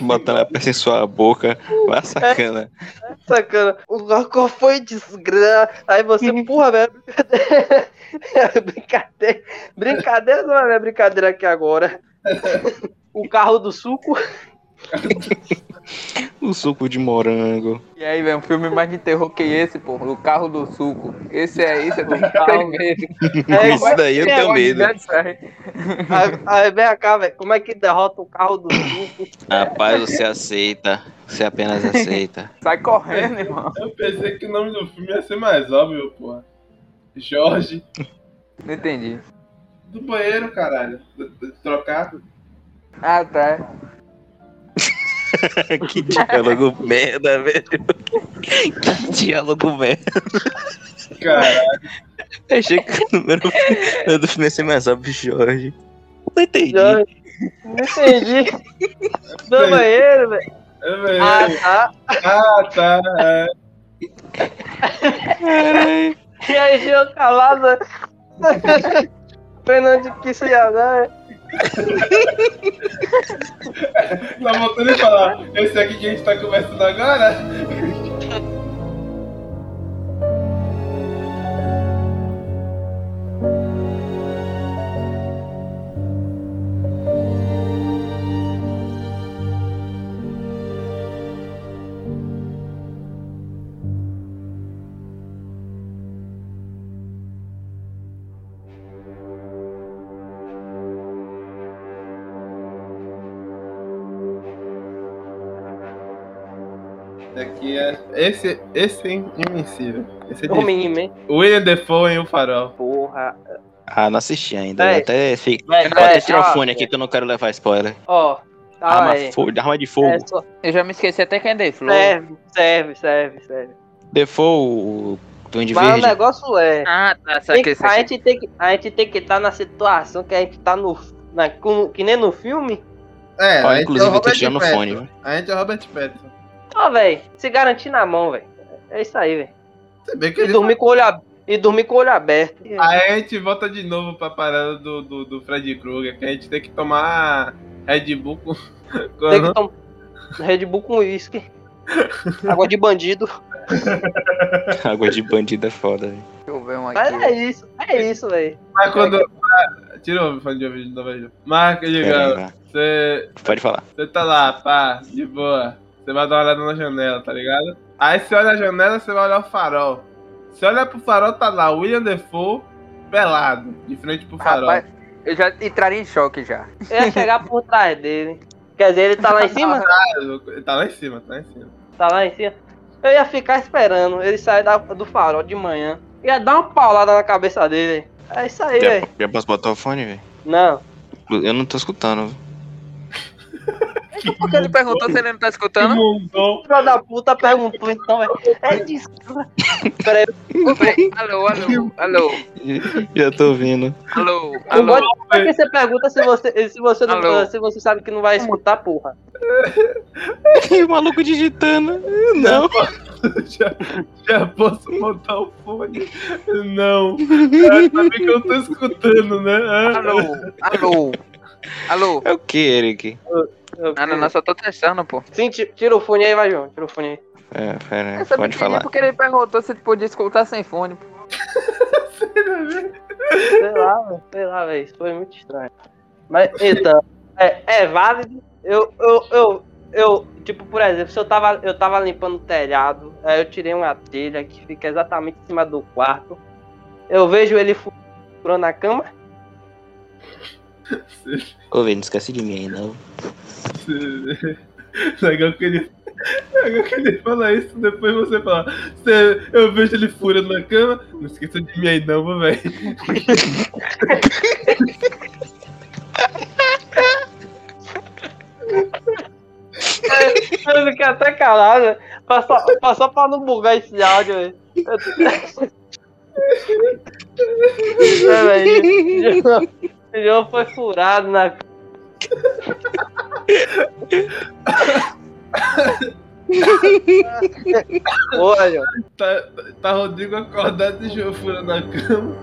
D: Botando a peça em sua boca. Uma sacana.
C: Sacana, o álcool foi desgraça. Aí você, porra, velho, brincadeira. brincadeira. Brincadeira não é minha brincadeira aqui agora. O carro do suco.
D: O suco de morango.
E: ah. E aí, velho, um filme mais de terror que esse, pô. O carro do suco. Esse é aí, você tem que ter medo.
C: É,
D: Isso daí eu tenho medo.
C: Aí, aí vem cá, velho, como é que derrota o carro do suco?
D: Rapaz, você aceita. Você apenas aceita.
E: Sai correndo, irmão.
A: Eu pensei que o nome do filme ia ser mais óbvio, porra. Jorge.
E: Não entendi.
A: Do banheiro, caralho. Do- do- Trocado.
E: Ah, tá.
D: que diálogo merda, velho. Que diálogo merda.
A: Caralho.
D: Eu achei que o número do filme ia ser mais óbvio, Jorge. Não entendi.
C: Já- Não entendi. Do banheiro, velho.
A: É mesmo.
C: Ah, tá.
A: Ah, tá. é.
C: E aí, Jean Calada. Fernando que se ia dar, né?
A: Tá voltando e falar. Esse aqui que a gente tá conversando agora. Esse aqui é. Esse, esse é invencível. Esse é
C: O
A: de...
C: mínimo, hein?
A: William Defoe em O Farol.
C: Porra.
D: Ah, não assisti ainda.
C: Véi.
D: Eu até fiquei.
C: Velho,
D: Bota
C: velho,
D: o tirofone
C: ó,
D: aqui que eu não quero levar spoiler.
C: Ó, tá
D: arma,
C: é, aí.
D: fo- arma de fogo.
C: É, só-
E: Eu já me esqueci até quem dei, Flow.
C: serve, serve, serve, serve.
D: Default, o Duende
C: Mas o
D: Verde.
C: negócio é.
E: Ah, tá.
C: tem
E: Saquei,
C: que- a,
E: saquei.
C: gente tem que, a gente tem que estar na situação que a gente tá no. na- com- que nem no filme.
A: É,
D: Ó,
A: a gente
D: inclusive,
A: é o
D: eu tô
A: Robert
D: tirando o
A: Pattinson.
D: fone. viu?
A: A gente é o Robert Pattinson.
C: Ó, velho, se garantir na mão, velho. É isso aí, velho.
A: Se bem que
C: E
A: ele... tá
C: dormir com o olho ab- E dormir com o olho aberto.
A: A gente volta de novo pra parada do, do, do Fred Krueger, que a gente tem que tomar Red Bull com. com-
C: Tem que tomar Red Bull com uísque. Água de bandido.
D: Água de bandido é foda. velho.
E: Deixa eu ver um
C: Mas é
E: aqui.
C: isso, é isso, velho.
A: Mas quando. Tira o fone de ouvido de novo. Ju. Marca,
D: Pera aí,
A: Digão,
D: vai.
A: você
D: Pode falar.
A: você tá lá, pá, de boa. Você vai dar uma olhada na janela, tá ligado? Aí você olha a janela, você vai olhar o farol. Você olha pro farol, tá lá, William Defoe pelado, de frente pro farol.
E: Rapaz, eu já entraria em choque já.
C: Eu ia chegar por trás dele. Quer dizer, ele tá lá em cima?
A: Ele Tá lá em cima, tá lá em cima.
C: Tá lá em cima. Eu ia ficar esperando ele sair da- do farol de manhã. Ia dar uma paulada na cabeça dele. É isso aí,
D: Já,
C: velho.
D: já posso botar o fone, velho?
C: Não.
D: Eu não tô escutando.
E: Porque ele perguntou se ele não tá escutando.
A: Mongol.
C: Filho da puta perguntou então, velho. É desculpa. Peraí,
E: Alô, alô, alô,
D: já tô ouvindo.
E: alô,
C: eu
E: alô.
C: gosto de que você pergunta se você, se, você não,
E: Alô.
C: se você sabe que não vai escutar, porra.
D: E o maluco digitando. Não.
A: já, já posso botar o fone? Não. Ah, Sabe que eu tô escutando, né? Ah,
E: Alô, alô, alô.
D: É o que, Eric?
C: Eu-
E: Ah, não, não, só tô testando, pô.
C: Sim, ti- tira o fone aí, vai, João. Tira o fone aí.
D: É, pera aí,
E: Eu só
D: pode
E: pedi
D: falar.
E: Porque ele perguntou se podia escutar sem fone. pô.
C: Sei lá, velho. Sei lá, velho. Isso foi muito estranho. Mas, então, é, é válido. Eu, eu, eu, eu, tipo, por exemplo, se eu tava, eu tava limpando o telhado, aí eu tirei uma telha que fica exatamente em cima do quarto. Eu vejo ele furando a cama. é
D: Ô, velho, não esquece de mim aí, não.
A: Legal é que ele. Legal que ele fala isso, depois você fala. "Cê- eu vejo ele fura na cama. Não esqueça de mim aí não, vô, velho.
C: Eu fiquei até calado, velho. Mas só, mas só pra não bugar esse áudio, velho. É, velho, O João foi furado na. Olha,
A: Tá, tá Rodrigo acordado e João fura na cama.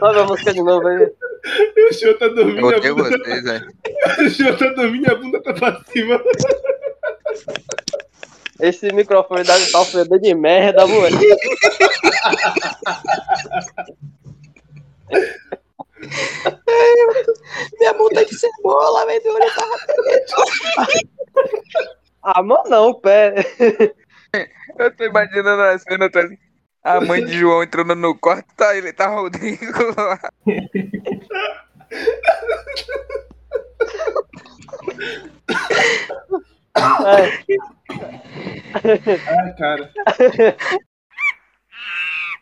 C: olha a música de novo aí.
A: E o João tá dormindo, a
E: Odeio
A: bunda,
E: vocês, velho.
A: o João tá dormindo e a bunda tá pra cima.
C: Esse microfone da tá um fedor de merda, mano.
B: Minha multa é de cebola, velho, do olho tá
C: A mão Ah, não, o pé.
E: Eu tô imaginando a cena, tá assim. A mãe de João entrando no quarto, tá ele, tá Rodrigo lá.
C: É.
A: Ai, cara.